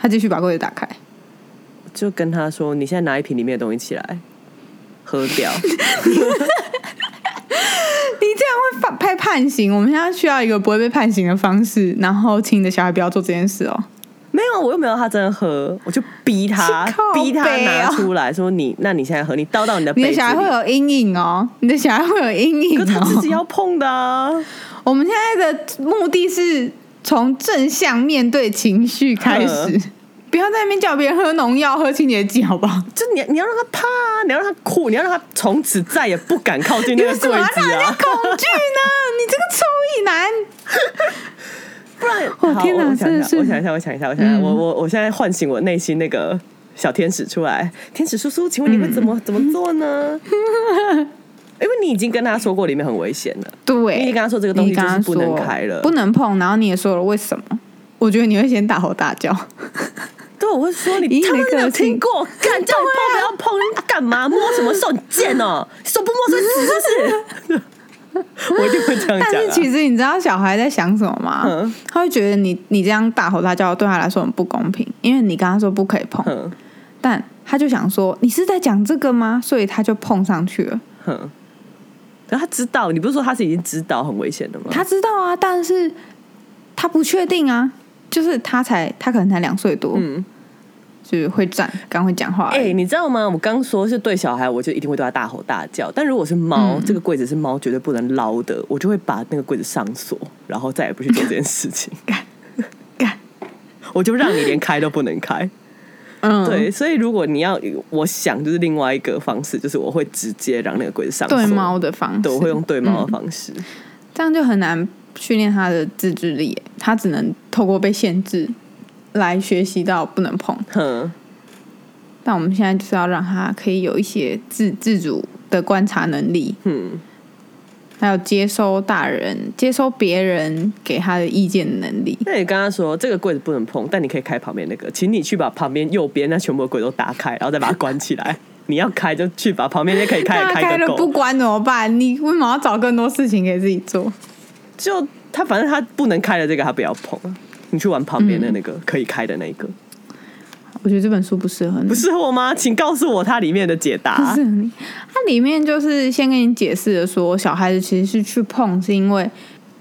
S3: 他继续把柜子打开。
S2: 就跟他说，你现在拿一瓶里面的东西起来喝
S3: [LAUGHS]
S2: 掉。
S3: 你这样会判判判刑，我们现在需要一个不会被判刑的方式，然后请你的小孩不要做这件事哦。
S2: 没有，我又没有他真的喝，我就逼他
S3: 是靠，
S2: 逼他
S3: 北哦
S2: 拿出来说你，那你现在喝，你倒到你的
S3: 你
S2: 杯
S3: 的
S2: 子
S3: 小孩会
S2: 里。
S3: 有阴影哦，你的小孩会有阴影
S2: 可是他自己
S3: 哦。
S2: 要碰的啊，
S3: 我们现在的目的是从正向面对情绪开始
S2: 嗯，
S3: 不要在那边叫别人喝农药、喝清洁剂，好不好？
S2: 就你你要让他怕啊，你要让他哭，你要让他从此再也不敢靠近
S3: 你
S2: 那
S3: 为
S2: 个
S3: 什
S2: 柜
S3: 么要让
S2: 子
S3: [LAUGHS] 人家
S2: 啊，
S3: 恐惧呢？
S2: [LAUGHS]
S3: 你这个臭意男，
S2: 不然
S3: 哇
S2: 好
S3: 天哪
S2: 我想一下，我
S3: 真的是嗯
S2: 想一下，我想一下，我想一下，我我我现在唤醒我内心那个小天使出来，天使叔叔，请问你会
S3: 嗯
S2: 怎么、怎么做
S3: [LAUGHS]
S2: 呢？因为你已经跟他说过里面很危险了，
S3: 对，
S2: 你已经跟他说这个东西
S3: 你跟
S2: 就是
S3: 他
S2: 不能
S3: 说
S2: 开了
S3: 不能碰，然后你也说了为什么？我觉得你会先大吼大叫。
S2: 对，我会说你
S3: 以你的
S2: 他们没有
S3: 个性
S2: 听过，干叫你碰不要碰，你干嘛摸什么手你贱哦？手不摸是死是不是？ [LAUGHS] 我一定会这样
S3: 但
S2: 讲、
S3: 是
S2: 啊。
S3: 其实你知道小孩在想什么吗？
S2: 嗯
S3: 他会觉得你你这样大吼大叫对他来说很不公平，因为你跟他说不可以碰，
S2: 哼
S3: 但他就想说你是在讲这个吗？所以他就碰上去了。
S2: 哼，可他知道，你不是说他是已经知道很危险的吗？
S3: 他知道啊，但是他不确定啊，就是他才他可能才两岁多，
S2: 嗯，
S3: 就是会站，刚会讲话而
S2: 哎、
S3: 已。
S2: 你知道吗？我刚说是对小孩，我就一定会对他大吼大叫。但如果是猫，这个柜子是猫绝对不能捞的，我就会把那个柜子上锁，然后再也不去做这件事情。
S3: 干
S2: 我就让你连开都不能开。
S3: 嗯，
S2: 对，所以如果你要，我想就是另外一个方式，就是我会直接让那个柜子上锁
S3: 对猫，的方式，
S2: 对，我会用对猫的方式。
S3: 这样就很难训练他的自制力耶，他只能透过被限制来学习到不能碰。
S2: 哼，
S3: 但我们现在就是要让他可以有一些自自主的观察能力，
S2: 嗯，
S3: 还有接收大人、接收别人给他的意见的能力。
S2: 那你跟他说这个柜子不能碰，但你可以开旁边那个，请你去把旁边右边那全部的柜都打开，然后再把它关起来。 [LAUGHS] 你要开就去把旁边
S3: [LAUGHS]
S2: 那可以开
S3: 那
S2: 的
S3: 他
S2: 开
S3: 开
S2: 个
S3: 了不
S2: 够，
S3: 关怎么办？你为什么要找更多事情给自己做？
S2: 就他反正他不能开的这个他不要碰，你去玩旁边的那个、可以开的那
S3: 嗯
S2: 个。
S3: 我觉得这本书不适合你，
S2: 不适啊合我吗？请告诉我它里面的解
S3: [LAUGHS] 不
S2: 答
S3: 适。合你。它里面就是先跟你解释了说，小孩子其实是去碰，是因为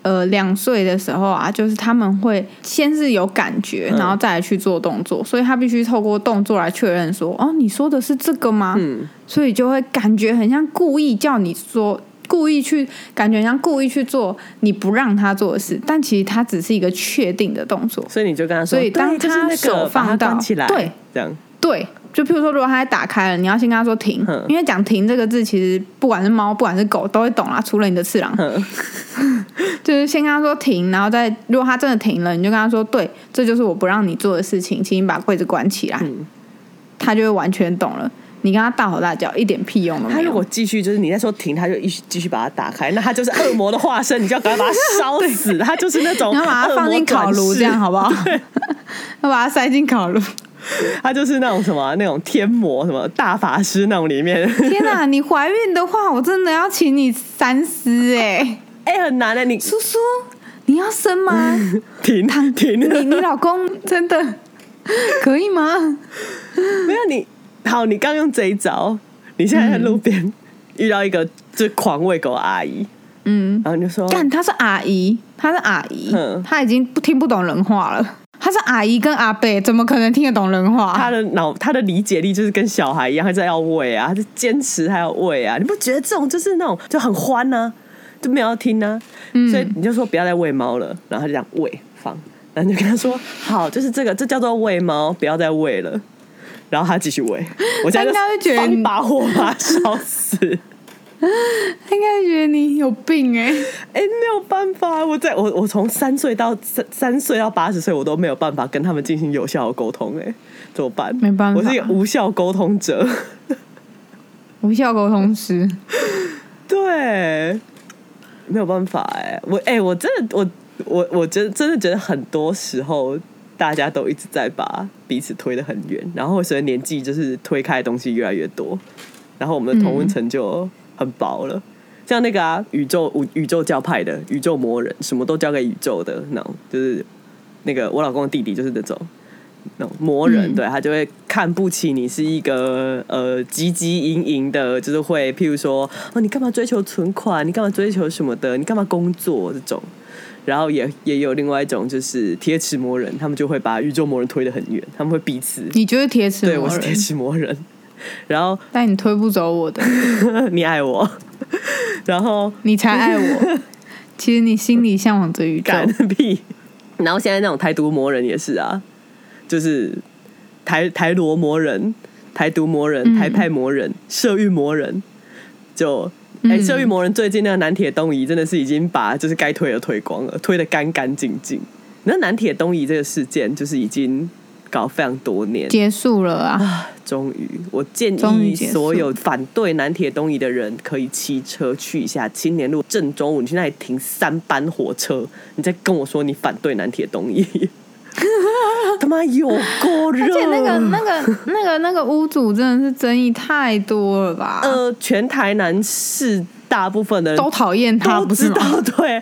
S3: 呃两岁的时候啊，就是他们会先是有感觉，
S2: 嗯
S3: 然后再来去做动作，所以他必须透过动作来确认说，哦，你说的是这个吗？
S2: 嗯，
S3: 所以就会感觉很像故意叫你说。故意去感觉很像故意去做你不让他做的事，但其实他只是一个确定的动作。
S2: 所以你就跟他说，
S3: 所以当
S2: 对就是
S3: 他
S2: 那个
S3: 手
S2: 把它
S3: 放到
S2: 关起来，
S3: 对，
S2: 这样，
S3: 对，就譬如说，如果他打开了，你要先跟他说停
S2: 嗯，
S3: 因为讲停这个字，其实不管是猫，不管是狗，都会懂啦，除了你的次郎，
S2: 哼，
S3: 就是先跟他说停，然后再如果他真的停了，你就跟他说对，这就是我不让你做的事情，请你把柜子关起来，
S2: 嗯
S3: 他就会完全懂了。你跟他大吼大叫一点屁用都
S2: 他
S3: 没
S2: 如
S3: 有
S2: 果。继续就是你在说停，他就一继续把它打开，那他就是恶魔的化身，你就要赶快把它烧 [LAUGHS] 死。他就是那种
S3: 你要把它放进烤炉，这样好不好？ [LAUGHS] 要把它塞进烤炉。
S2: 好？他就是那种什么那种天魔什么大法师那种里面，
S3: 天哪、你怀孕的话，我真的要请你三思哎、
S2: [LAUGHS] 哎、很难的、你
S3: 叔叔，你要生吗？
S2: 停停，
S3: 你你老公真的 [LAUGHS] 可以吗？
S2: [LAUGHS] 哦没有你好，你刚用这一招，你现在在路边、遇到一个就是狂喂狗的阿姨，
S3: 嗯，
S2: 然后你就说
S3: 干，她是阿姨，她是阿姨
S2: 嗯，
S3: 她已经不听不懂人话了。她是阿姨跟阿伯，怎么可能听得懂人
S2: 他
S3: 话？
S2: 的脑，他的理解力就是跟小孩一样，他在要喂啊，他就坚持他要喂啊。你不觉得这种就是那种就很欢呢、就没有要听呢、
S3: 嗯
S2: 所以你就说不要再喂猫了，然后他就这样喂放，然后你就跟他说好，就是这个，这叫做喂猫，不要再喂了。然后他继续
S3: [LAUGHS]
S2: 喂，我现在就
S3: 他应该会觉得
S2: 放
S3: 你
S2: 一把火把它烧死。
S3: 她应该觉得你有病哎、
S2: [LAUGHS] 哎、没有办法，我在我我从三岁到三三岁到八十岁，我都没有办法跟他们进行有效的沟通、哎，怎么办？
S3: 没办法
S2: 我是一个无效沟通者。
S3: 无效沟通师。
S2: 对，没有办法哎、我哎、我真的我我我真真的觉得很多时候大家都一直在把彼此推得很远，然后随着年纪就是推开的东西越来越多，然后我们的
S3: 嗯
S2: 同温层就很薄了。像那个啊，宇宙宇宇宙教派的宇宙魔人，什么都交给宇宙的那种，就是那个我老公的弟弟就是那种那种魔人，
S3: 嗯
S2: 对他就会看不起你是一个呃汲汲营营的，就是会譬如说哦你干嘛追求存款，你干嘛追求什么的，你干嘛工作这种。然后也也有另外一种就是铁齿魔人，他们就会把宇宙魔人推得很远，他们会彼此。
S3: 你就是铁齿
S2: 对，我
S3: 魔
S2: 是铁
S3: 人，
S2: 齿魔人，然后
S3: 但你推不走我的，
S2: [LAUGHS] 你爱我，然后
S3: 你才爱
S2: [LAUGHS]
S3: 我。其实你心里向往着宇宙，
S2: 干屁。然后现在那种台独魔人也是啊，就是台台罗魔人、台独魔人、
S3: 嗯
S2: 台派魔人、社运魔人，就哎、
S3: 嗯
S2: 社运魔人最近那个南铁东移真的是已经把就是该推的推光了，推的干干净净。那南铁东移这个事件就是已经搞非常多年，
S3: 结束了啊！
S2: 终于，我建
S3: 终于
S2: 议
S3: 结束
S2: 所有反对南铁东移的人，可以骑车去一下青年路正中午，你去那里停三班火车，你再跟我说你反对南铁东
S3: [LAUGHS]
S2: 移，他妈有够热！
S3: 而且那个、那个、那个、那个屋主真的是争议太多了吧？
S2: 呃，全台南市大部分的人
S3: 都讨厌他，
S2: 都
S3: 不是
S2: 知
S3: 吗？
S2: 道，对，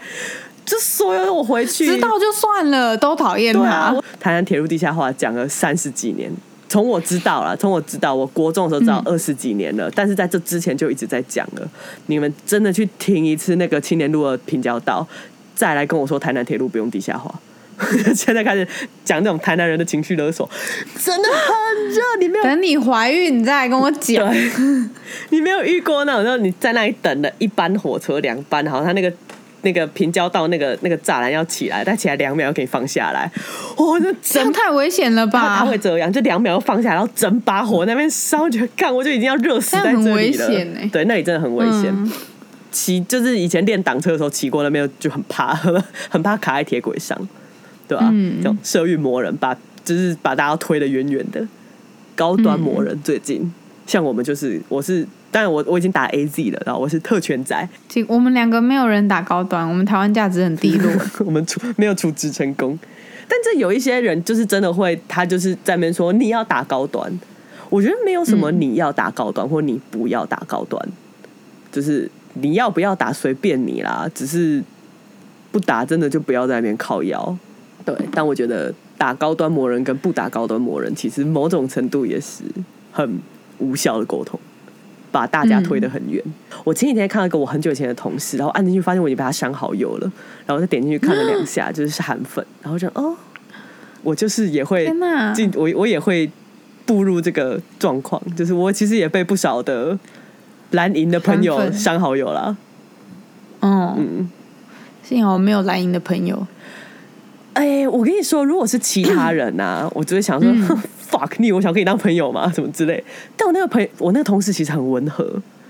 S2: 就所有我回去
S3: 知道就算了，都讨厌
S2: 对
S3: 他
S2: 啊。，台南铁路地下化讲了三十几年，从我知道了，从我知道，我国中的时候知道二十几年了，但是在这之前就一直在讲了。你们真的去听一次那个青年路的平交道，再来跟我说台南铁路不用地下化。 [LAUGHS] 现在开始讲这种台南人的情绪勒索，真的很热，你 [LAUGHS] 没有
S3: 等你怀孕，你再来跟我
S2: [LAUGHS]
S3: 讲。
S2: 对，你没有遇过那种，然后你在那里等了一班火车、两班，好，他那个那个平交道那个那个栅栏要起来，但起来两秒又给你放下来，哦，那
S3: 这
S2: 整
S3: 样太危险了
S2: 他
S3: 吧
S2: 他？会这样，就两秒放下来，然后整把火在那边烧，觉得干我就已经要热死在
S3: 这
S2: 这
S3: 样很
S2: 里
S3: 危险欸
S2: 了。对，那里真的很危险。
S3: 嗯
S2: 骑就是以前练挡车的时候骑过那边就很怕， [LAUGHS] 很怕卡在铁轨上，对吧、
S3: 嗯
S2: 这种社运魔人把就是把大家推得远远的，高端魔
S3: 嗯
S2: 人最近、像我们就是我是，但我我已经打 A Z 了，然后我是特权仔， [LAUGHS]
S3: 这我们两个没有人打高端，我们台湾价值很低
S2: [LAUGHS]
S3: 落。
S2: 我们处没有处置成功。但这有一些人就是真的会，他就是在那边说你要打高端，我觉得没有什么你要打高端、或你不要打高端，就是你要不要打随便你啦，只是不打真的就不要在那边靠腰。对，但我觉得打高端魔人跟不打高端魔人，其实某种程度也是很无效的沟通，把大家推得很远。我前几天看到一个我很久以前的同事，然后按进去发现我已经被他删好友了，然后我再点进去看了两下，就是是韩粉，然后就哦，我就是也会
S3: 天哪！
S2: 进，我我也会步入这个状况，就是我其实也被不少的蓝银的朋友
S3: 韩粉
S2: 删好友啦。
S3: 嗯，
S2: 嗯，
S3: 幸好我没有蓝营的朋友。
S2: 哎、我跟你说，如果是其 [CLEARS THROAT] 他人啊，我就会想说、 [LAUGHS] 哼 fuck 你，我想跟你当朋友嘛，什么之类。但我那个朋友，我那个同事其实很温和，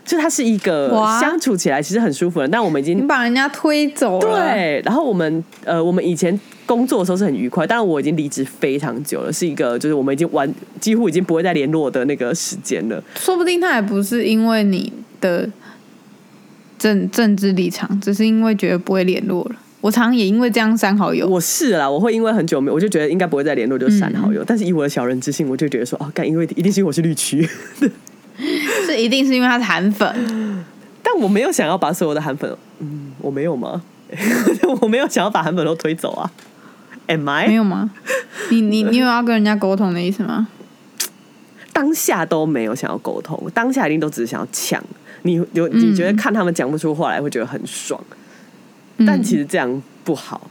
S2: 就它是一个
S3: 哇
S2: 相处起来其实很舒服的，但我们已
S3: 你
S2: 经
S3: 把人家推走了，，
S2: 嗯对，然后我们呃，我们以前工作的时候是很愉快，但我已经离职非常久了，是一个就是我们已经完几乎已经不会再联络的那个时间了。
S3: 说不定他也不是因为你的政政治立场，只是因为觉得不会联络了。我常常也因为这样删好友，
S2: 我是啦，我会因为很久没，我就觉得应该不会再联络，就
S3: 嗯
S2: 删好友。但是以我的小人之心，我就觉得说，哦，干，因为一定是因为我是绿区， [LAUGHS]
S3: 是一定是因为他是韩粉，
S2: 但我没有想要把所有的韩粉，嗯，我没有吗？ [LAUGHS] 我没有想要把韩粉都推走啊，Am
S3: 没
S2: I？
S3: 有吗？你你你有要跟人家沟通的意思吗？
S2: 当下都没有想要沟通，当下一定都只是想要抢。你有你
S3: 嗯
S2: 觉得看他们讲不出话来，会觉得很爽，但其
S3: 实
S2: 实这样不好。
S3: 嗯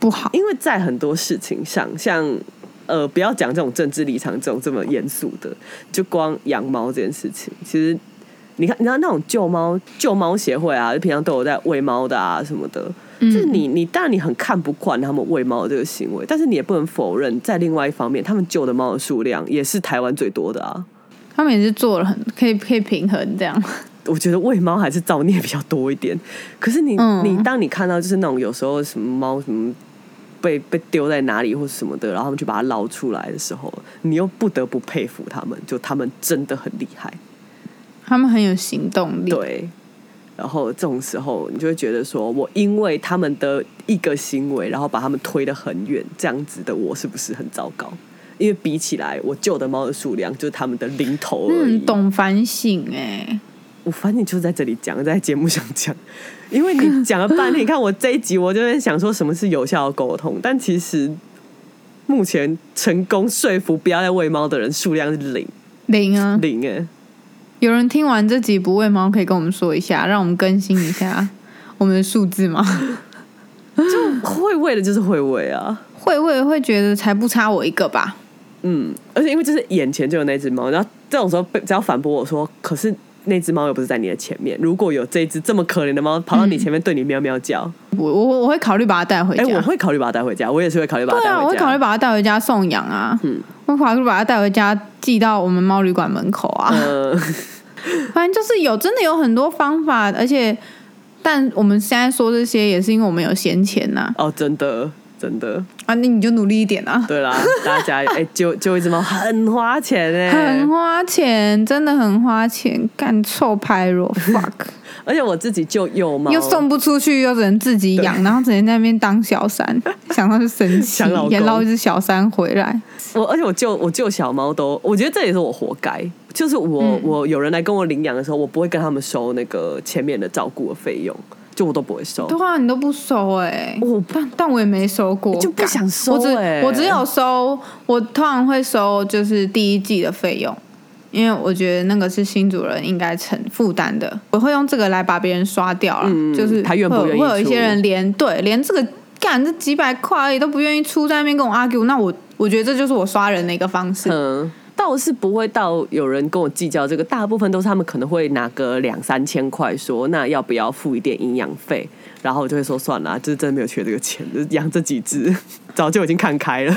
S3: 不好，
S2: 因为在很多事情上，像呃，不要讲这种政治立场这种这么严肃的，就光养猫这件事情，其实你看，你知道那种救猫救猫协会啊，就平常都有在喂猫的啊什么的，就是你你当然你很看不惯他们喂猫的这个行为，但是你也不能否认，在另外一方面，他们救的猫的数量也是台湾最多的啊。
S3: 他们也是做了很可以可以平衡这样， [LAUGHS]
S2: 我觉得喂猫还是造孽比较多一点。可是你、
S3: 嗯
S2: 你当你看到就是那种有时候什么猫什么被被丢在哪里或什么的，然后他们去把它捞出来的时候，你又不得不佩服他们，就他们真的很厉害。
S3: 他们很有行动力。，
S2: 对。然后这种时候，你就会觉得说，我因为他们的一个行为，然后把他们推得很远，这样子的我是不是很糟糕？因为比起来，我救的猫的数量就是他们的零头而已。
S3: 嗯，懂反省哎、
S2: 我反正就是在这里讲，在节目上讲，因为你讲了半天，你看我这一集，我就在想说什么是有效的沟通，但其实目前成功说服不要再喂猫的人数量是零
S3: 零啊，
S2: 零哎、
S3: 有人听完这集不喂猫，可以跟我们说一下，让我们更新
S2: [LAUGHS]
S3: 一下我们的数字吗？
S2: 会喂的就是会喂啊，
S3: 会喂会觉得才不差我一个吧？
S2: 嗯，而且因为就是眼前就有那只猫，然后这种时候被只要反驳我说，可是那只猫又不是在你的前面，如果有这一只这么可怜的猫跑到你前面对你喵喵叫，
S3: 我我我会考虑把它带回家。
S2: 哎、我会考虑把它带回家，我也是会考虑把它
S3: 对
S2: 带回
S3: 啊，
S2: 家，
S3: 我会考虑把它带回家送养啊。
S2: 嗯
S3: 我考虑把它带回家寄到我们猫旅馆门口啊。
S2: 呃，
S3: [LAUGHS] 反正就是有真的有很多方法，而且但我们现在说这些也是因为我们有闲钱呐、
S2: 哦，真的真的。
S3: 啊。那你就努力一点啊。
S2: 对 [LAUGHS] 啦，大家哎、就就一只猫很花钱哎、
S3: 很花钱，真的很花钱，干臭拍 [LAUGHS] 肉 fuck，
S2: 而且我自己就幼猫，
S3: 又送不出去，又只能自己养，然后只能在那边当小 [LAUGHS] 三，想到就生气
S2: 想老，公
S3: 也捞一只小三回来。
S2: 我，而且我救我救小猫都，我觉得这也是我活该。就是我、我有人来跟我领养的时候，我不会跟他们收那个前面的照顾的费用，就我都不会收。
S3: 对啊，你都不收哎、
S2: 我
S3: 但但我也没收过，
S2: 就不
S3: 干
S2: 想收
S3: 我只
S2: 欸
S3: 我只有收，我通常会收就是第一季的费用，因为我觉得那个是新主人应该承负担的。我会用这个来把别人刷掉了，
S2: 嗯
S3: 就是
S2: 他愿不
S3: 会有
S2: 愿意
S3: 会有一
S2: 出
S3: 些人连对连这个干这几百块而已都不愿意出，在那边跟我 argue，那我我觉得这就是我刷人的一个方式。
S2: 嗯，倒是不会到有人跟我计较这个，大部分都是他们可能会拿个两三千块说，那要不要付一点营养费？然后我就会说算啦，就是真的没有缺这个钱，就是养这几只早就已经看开了。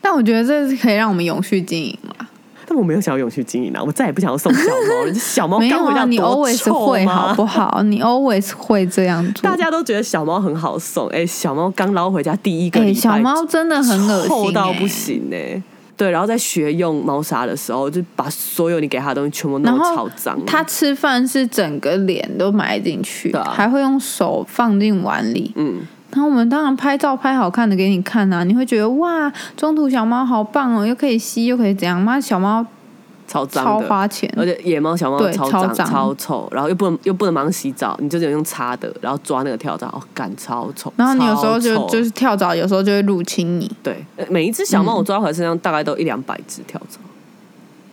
S3: 但我觉得这是可以让我们永续经营嘛。
S2: 但我没有想要永续经营啊，我再也不想要送小猫
S3: [LAUGHS]
S2: 了。小猫
S3: 没
S2: 刚
S3: 有
S2: 回
S3: 啊，
S2: 家
S3: 你
S2: 多
S3: always
S2: 臭
S3: 会
S2: 吗 [LAUGHS]
S3: 好不好？你 always 会这样做。
S2: 大家都觉得小猫很好送，哎、小猫刚捞回家第一个
S3: 哎、
S2: 礼拜，
S3: 小猫真的很恶心、
S2: 臭到
S3: 哎
S2: 不。行哎、对，然后在学用猫砂的时候，就把所有你给它的东西全部
S3: 然
S2: 弄得超
S3: 后
S2: 脏。
S3: 它吃饭是整个脸都埋进去，
S2: 对啊
S3: 还会用手放进碗里。
S2: 嗯，
S3: 然后我们当然拍照拍好看的给你看啊，你会觉得哇，中途小猫好棒哦，又可以吸又可以怎样？妈，小猫
S2: 超脏
S3: 超
S2: 的，
S3: 花钱，
S2: 而且野猫小猫
S3: 对
S2: 超
S3: 超
S2: 脏
S3: 脏
S2: 超臭，然后又不能又不能马上洗澡，你就只能用擦的，然后抓那个跳蚤，哦，干超臭。
S3: 然后你有时候
S2: 超
S3: 就
S2: 臭
S3: 就是跳蚤，有时候就会入侵你。
S2: 对，呃每一只小
S3: 嗯
S2: 猫我抓回来身上大概都一两百只跳蚤，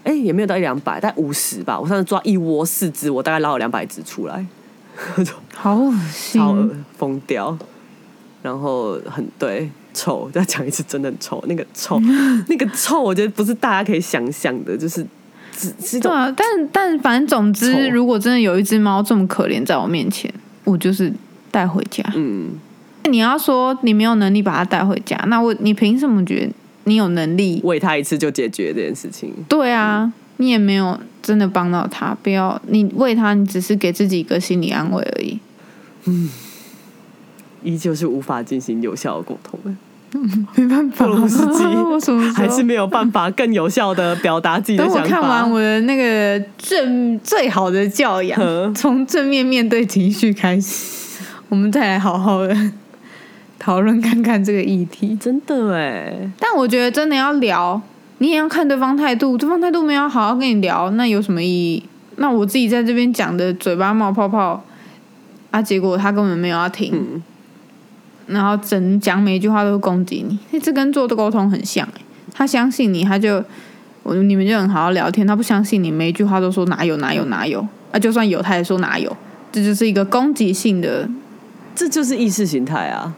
S2: 哎、也没有到一两百，但五十吧。我上次抓一窝四只，我大概捞了两百只出来，
S3: 嗯好恶心
S2: 超恶疯掉。然后很对臭，再讲一次，真的很臭。那个
S3: [LAUGHS]
S2: 臭，那个臭，我觉得不是大家可以想象的，就是只是一
S3: 对
S2: 种
S3: 啊，但但反正总之，
S2: 丑
S3: 如果真的有一只猫这么可怜在我面前，我就是带回家。
S2: 嗯，
S3: 你要说你没有能力把它带回家，那我你凭什么觉得你有能力？
S2: 喂它一次就解决这件事情。
S3: 对啊，你也没有真的帮到他，不要你为他，你只是给自己一个心理安慰而已。
S2: 依旧是无法进行有效的沟通了，
S3: 没办 [LAUGHS] 法，
S2: 布鲁斯基
S3: 我什么时候
S2: 还是没有办法更有效的表达自己的
S3: 等
S2: 想
S3: 我
S2: 法。
S3: 看完我的那个正最好的教
S2: 嗯
S3: 养，从正面面对情绪开始，我们再来好好的讨论看看这个议题。
S2: 真的哎，
S3: 但我觉得真的要聊，你也要看对方态度，对方态度没有好好跟你聊，那有什么意义？那我自己在这边讲的嘴巴冒泡泡啊，结果他根本没有要听，
S2: 嗯
S3: 然后整讲每一句话都攻击你，那这跟做的沟通很像、欸、他相信你，他就我你们就很好好聊天；他不相信你，每一句话都说哪有哪有哪有，啊，就算有他也说哪有，这就是一个攻击性的
S2: 这就是意识形态啊。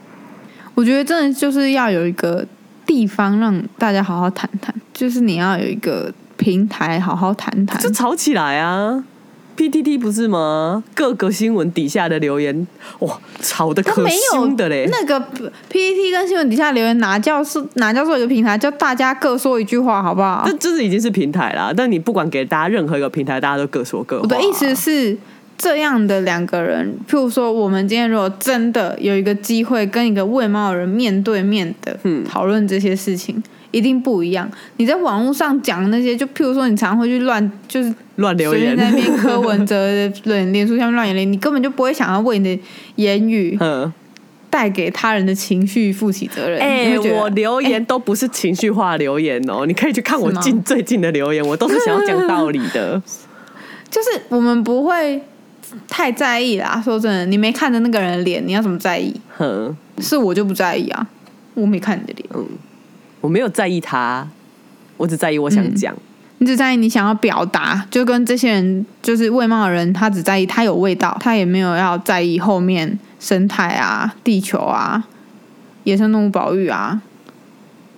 S3: 我觉得真的就是要有一个地方让大家好好谈谈，就是你要有一个平台好好谈谈
S2: 就。吵起来啊！PTT 不是吗？各个新闻底下的留言，哇，吵得
S3: 他
S2: 可
S3: 没有
S2: 凶的嘞！
S3: 那个 PPT 跟新闻底下留言，哪叫是哪叫做一个平台，叫大家各说一句话，好不好
S2: 这？就是已经是平台啦，但你不管给大家任何一个平台，大家都各说各话。
S3: 我的意思是，这样的两个人，譬如说，我们今天如果真的有一个机会跟一个外貌的人面对面的
S2: 嗯
S3: 讨论这些事情，一定不一样。你在网络上讲的那些，就譬如说，你常会去乱，就是
S2: 乱留
S3: 随
S2: 言，
S3: 便在那边柯文哲的脸脸书下面乱言脸，你根本就不会想要为你的言
S2: [LAUGHS] [LAUGHS]
S3: 语
S2: 嗯，
S3: 带给他人的情绪负起责任。
S2: 哎、
S3: 你会觉得
S2: 我留言都不是情绪化留言哦、你可以去看我
S3: 是吗
S2: 近最近的留言，我都是想要讲道理
S3: [LAUGHS]
S2: 的。
S3: 就是我们不会太在意啦。说真的，你没看着那个人的脸，你要怎么在意？
S2: 哼，
S3: 是我就不在意啊，我没看你的脸，
S2: 我没有在意他，我只在意我想讲。
S3: 你只在意你想要表达，就跟这些人就是外貌的人，他只在意他有味道，他也没有要在意后面生态啊、地球啊、野生动物保育啊、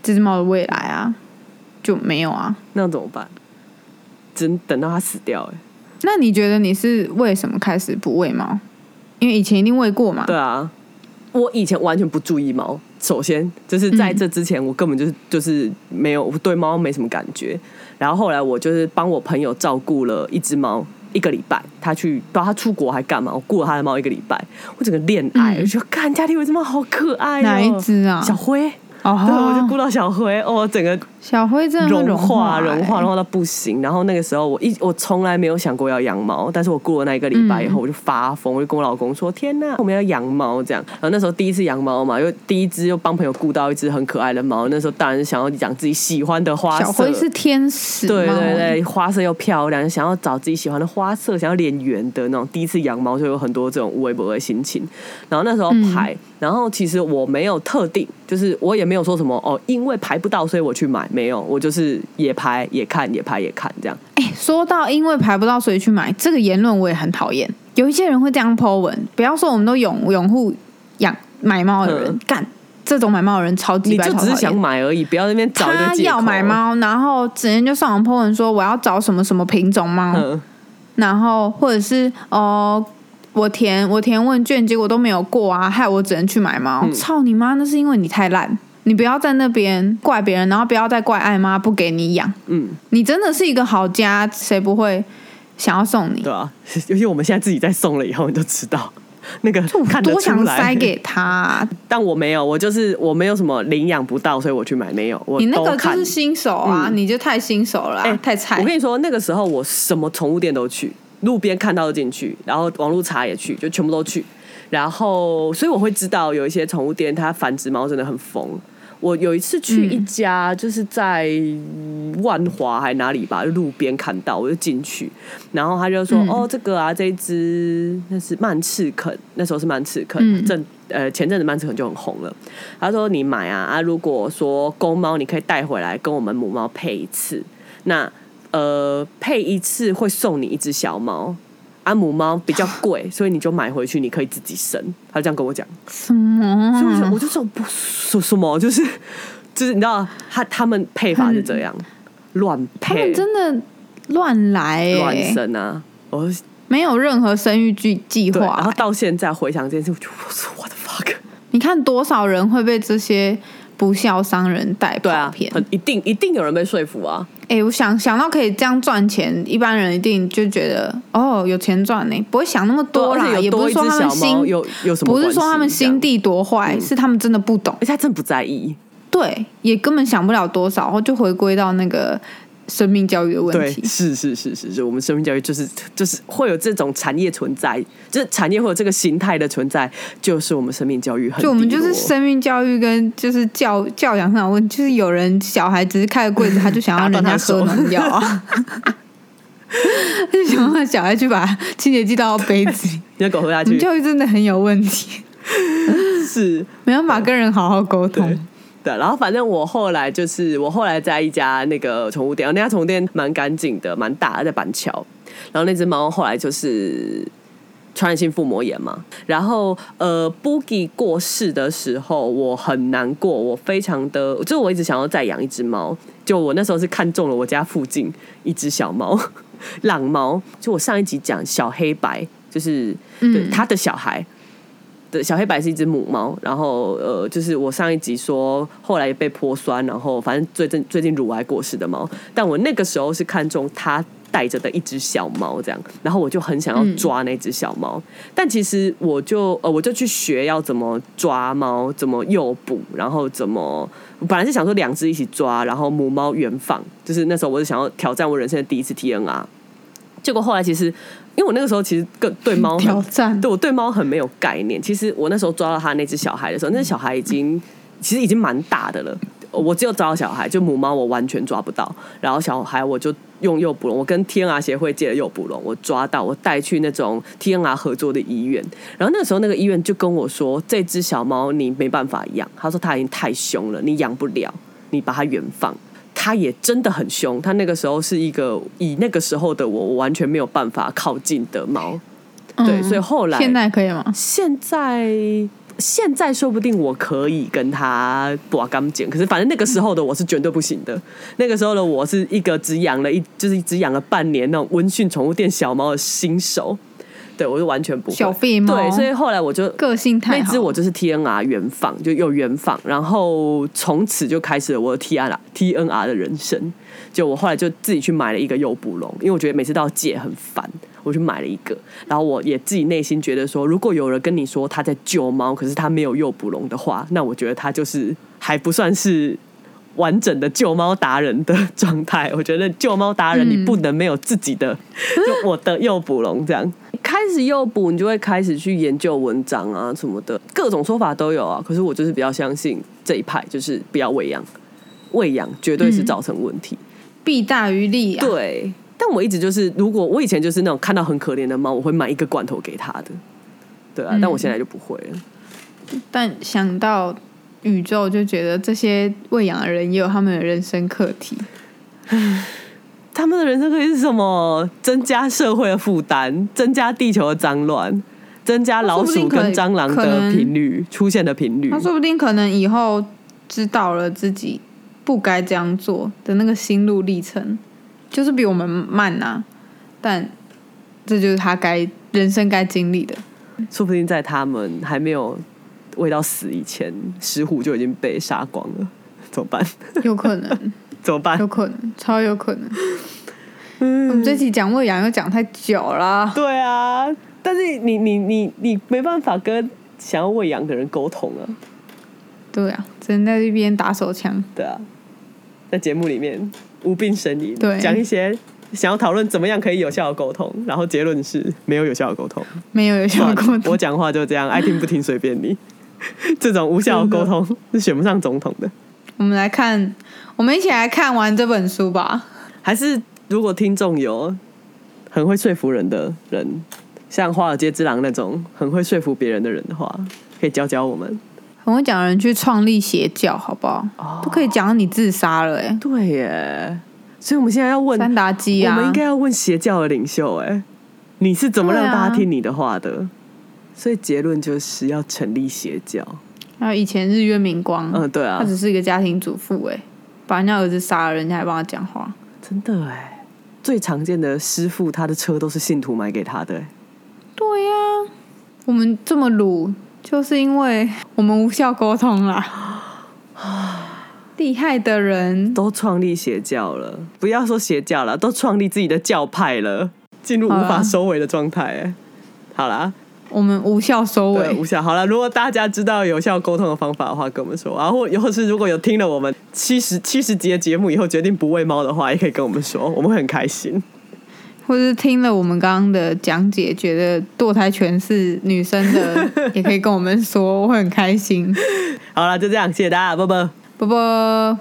S3: 这只猫的未来啊，就没有啊。
S2: 那怎么办？真等到他死掉哎、
S3: 那你觉得你是为什么开始不喂猫？因为以前一定喂过嘛。
S2: 对啊，我以前完全不注意猫。首先，就是在这之前，我根本就是就是没有对猫没什么感觉。然后后来，我就是帮我朋友照顾了一只猫一个礼拜，他去不知道他出国还干嘛，我顾了他的猫一个礼拜，我整个恋爱，
S3: 嗯
S2: 我就看家里有一只猫好可爱、哦，
S3: 哪一只啊？
S2: 小灰。
S3: 哦，
S2: 对，我就顾到小灰，哦，整个
S3: 小灰真的会
S2: 融
S3: 化、
S2: 化、融
S3: 欸
S2: 化、融化到不行。然后那个时候我一我从来没有想过要养猫，但是我过了那一个礼拜以
S3: 嗯
S2: 后，我就发疯，我就跟我老公说：“天呐，我们要养猫！”这样。然后那时候第一次养猫嘛，又第一只又帮朋友雇到一只很可爱的猫。那时候当然想要养自己喜欢的花色，
S3: 哎小灰是天使
S2: 对
S3: 猫
S2: 对对，花色又漂亮，想要找自己喜欢的花色，想要脸圆的那种。第一次养猫就有很多这种无微不微的心情。然后那时候排，
S3: 嗯
S2: 然后其实我没有特定，就是我也没有说什么哦，因为排不到所以我去买，没有，我就是也排也看，也排也看这样。
S3: 哎、说到因为排不到所以去买这个言论，我也很讨厌。有一些人会这样 po 文，不要说我们都拥拥护养买猫的人
S2: 嗯，
S3: 干、这种买猫的人超级
S2: 你
S3: 白
S2: 就
S3: 超
S2: 只是
S3: 讨厌
S2: 想买而已，不要在那边找一个
S3: 他
S2: 借口。
S3: [LAUGHS] 要买，猫，然后直接就上网 po 文说我要找什么什么品种猫，
S2: 嗯，
S3: 然后或者是哦，我填我填问卷，结果都没有过啊，害我只能去买猫。
S2: 嗯
S3: 操你妈！那是因为你太烂，你不要在那边怪别人，然后不要再怪爱妈不给你养。
S2: 嗯，
S3: 你真的是一个好家，谁不会想要送你
S2: 对？啊，尤其我们现在自己在送了以后，你就知道那
S3: [LAUGHS]
S2: 个
S3: 就我
S2: 看得
S3: 多
S2: 出来
S3: 想塞给他啊、
S2: [LAUGHS] 但我没有，我就是我没有什么领养不到，所以我去买没有。我
S3: 你那个
S2: 都
S3: 就
S2: 看
S3: 是新手啊，
S2: 嗯
S3: 你就太新手了啊、
S2: 哎
S3: 太菜
S2: 我。跟你说，那个时候我什么宠物店都去，路边看到就进去，然后网络查也去，就全部都去。然后，所以我会知道有一些宠物店它繁殖猫真的很疯。我有一次去一家，就是在万华还哪里吧，路边看到，我就进去，然后他就说：“
S3: 嗯
S2: 哦，这个啊，这一只那是曼赤肯，那时候是曼赤肯，
S3: 嗯
S2: 正呃前阵子曼赤肯就很红了。”他说：“你买啊啊，如果说公猫，你可以带回来跟我们母猫配一次。那呃，配一次会送你一只小猫，啊，母猫比
S3: [LAUGHS]
S2: 较贵，所以你就买回去，你可以自己生。”他这样跟我讲，
S3: 什么
S2: 所以我就
S3: 啊？
S2: 我就说不什什么，就是就是你知道他他们配法是这样，乱
S3: 嗯他
S2: 配
S3: 们真的乱来、欸，
S2: 乱生啊。我
S3: 没有任何生育计计
S2: 对，
S3: 划、
S2: 然后
S3: 欸
S2: 到现在回想这件事，我就我说我的 fuck，
S3: 你看多少人会被这些不孝商人带
S2: 对
S3: 跑
S2: 啊
S3: 偏，。
S2: 很一定一定有人被说服啊，
S3: 哎、我想想到可以这样赚钱，一般人一定就觉得哦有钱赚呢、不会想那么
S2: 啊
S3: 多
S2: 而
S3: 啦，
S2: 且
S3: 也
S2: 有
S3: 不
S2: 多
S3: 是
S2: 一
S3: 说
S2: 只
S3: 他
S2: 小
S3: 们
S2: 猫
S3: 心，
S2: 有有什么
S3: 不是
S2: 关系嗯
S3: 说他们心，地多坏，是他们真的不懂
S2: 这样，而且他真的不在意，
S3: 对，也根本想不了多少，然后就回归到那个生命教育的问
S2: 对，
S3: 题。
S2: 是是是是是，我们生命教育就是就是会有这种产业存在，就是产业会有这个形态的存在，就是我们生命教育很
S3: 就我们就是
S2: 低落
S3: 生命教育跟就是教教养上的问题，就是有人小孩只是开个柜子，他就想要
S2: 打
S3: 人
S2: 断
S3: 家
S2: 他手
S3: 喝农药啊， [LAUGHS] 他就想要小孩去把清洁剂倒到杯子
S2: [LAUGHS]
S3: 里。
S2: 你的狗喝下
S3: 我们
S2: 去
S3: 教育真的很有问题，
S2: 是。
S3: 没办法跟人好好沟
S2: 对
S3: 通。
S2: 对，然后反正我后来就是我后来在一家那个宠物店，那家宠物店蛮干净的，蛮大的，在板桥。然后那只猫后来就是传染性腹膜炎嘛。然后呃，Boogie 过世的时候，我很难过，我非常的，就是我一直想要再养一只猫。就我那时候是看中了我家附近一只小猫， [LAUGHS] 浪猫。就我上一集讲小黑白，就是对
S3: 嗯
S2: 他的小孩。对，小黑白是一只母猫，然后呃，就是我上一集说后来被泼酸，然后反正最近最近乳癌过世的猫，但我那个时候是看中它带着的一只小猫这样，然后我就很想
S3: 嗯
S2: 要抓那只小猫，但其实我就呃我就去学要怎么抓猫，怎么诱捕，然后怎么我本来是想说两只一起抓，然后母猫远放，就是那时候我是想要挑战我人生的第一次 TNR，结果后来其实因为我那个时候其实更对猫很
S3: 挑战
S2: 对我对猫很没有概念。其实我那时候抓到它那只小孩的时候，那只小孩已经其实已经蛮大的了。我只有抓到小孩，就母猫我完全抓不到，然后小孩我就用诱捕笼，我跟天涯协会借的诱捕笼，我抓到，我带去那种 TNR 合作的医院，然后那个时候那个医院就跟我说，这只小猫你没办法养，他说它已经太凶了，你养不了，你把它远放。它也真的很凶，它那个时候是一个以那个时候的我，我完全没有办法靠近的猫，对，
S3: 嗯
S2: 所以后来
S3: 现在可以吗？
S2: 现在现在说不定我可以跟他把钢剪，可是反正那个时候的我是绝对不行的。那个时候的我是一个只养了一就是只养了半年那种温驯宠物店小猫的新手，对我是完全不会
S3: 小废猫
S2: 对，所以后来我就
S3: 个性太
S2: 那
S3: 好
S2: 只我就是 TNR 原放，就有原放，然后从此就开始了我的 TNR TNR 的人生。就我后来就自己去买了一个诱捕笼，因为我觉得每次到借很烦，我去买了一个。然后我也自己内心觉得说，如果有人跟你说他在救猫，可是他没有诱捕笼的话，那我觉得他就是还不算是。完整的救猫达人的状态，我觉得救猫达人你不能没有自己的，就我的诱捕笼这样。开始诱捕，你就会开始去研究文章啊什么的，各种说法都有啊。可是我就是比较相信这一派，就是不要喂养，喂养绝对是造成问题。
S3: 弊大于利啊。
S2: 对，但我一直就是，如果我以前就是那种看到很可怜的猫，我会买一个罐头给它的，对啊，
S3: 嗯
S2: 但我现在就不会了。
S3: 但想到宇宙，就觉得这些喂养的人也有他们的人生课题。
S2: 他们的人生可以是什么？增加社会的负担，增加地球的脏乱，增加老
S3: 说不定
S2: 鼠
S3: 可
S2: 跟蟑螂
S3: 可
S2: 的
S3: 能
S2: 频率出现的频率
S3: 他。说不定可能以后知道了自己不该这样做的那个心路历程，就是比我们慢呐、但这就是他该人生该经历的。
S2: 说不定在他们还没有喂到死以前，石虎就已经被杀光了。怎么办？ [LAUGHS]
S3: 有可能，
S2: 怎么办
S3: 有？可能，超有可能。我们这期讲喂养又讲太久了，
S2: 对啊，但是你你你你没办法跟想要喂养的人沟通啊。
S3: 对啊，只能在这边打手枪。
S2: 对啊，在节目里面无病呻吟，
S3: 对
S2: 讲一些想要讨论怎么样可以有效的沟通，然后结论是没有有效的沟通。
S3: 没有有效
S2: 算
S3: 果
S2: 了，我讲话就这样，爱听不听随便你。 [LAUGHS] 这种无效的沟通是选不上总统的。
S3: 我们来看，我们一起来看完这本书吧。
S2: 还是如果听众有很会说服人的人，像华尔街之狼那种很会说服别人的人的话，可以教教我们。
S3: 很会讲的人去创立邪教，好不好？都可以讲到你自杀了、欸，
S2: 对耶，所以我们现在要问
S3: 三达基
S2: 嗯
S3: 啊，
S2: 我们应该要问邪教的领袖、哎，你是怎么让
S3: 对啊
S2: 大家听你的话的？
S3: 啊
S2: 所以结论就是要成立邪教。
S3: 还有以前日月明光，
S2: 嗯，对啊
S3: 他，只是一个家庭主妇，哎，把人家儿子杀了，人家还帮他讲话，
S2: 真的哎、最常见的师傅他的车都是信徒买给他的、哎
S3: 对呀、我们这么鲁，就是因为我们无效沟通啦。厉害的人，
S2: 都创立邪教了，不要说邪教了，都创立自己的教派了，进入无
S3: 好
S2: 法
S3: 啦
S2: 收尾的状态。哎好啦，
S3: 我们无效收
S2: 对，
S3: 尾
S2: 无。效。好了，如果大家知道有效沟通的方法的话，跟我们说。然后，或是如果有听了我们七十七十集的节目以后决定不喂猫的话，也可以跟我们说，我们会很开心。
S3: 或是听了我们刚刚的讲解，觉得堕胎权是女生
S2: [LAUGHS]
S3: 的，也可以跟我们说，我会很开心。
S2: 好了，就这样，谢谢大家，拜拜。
S3: 啵啵。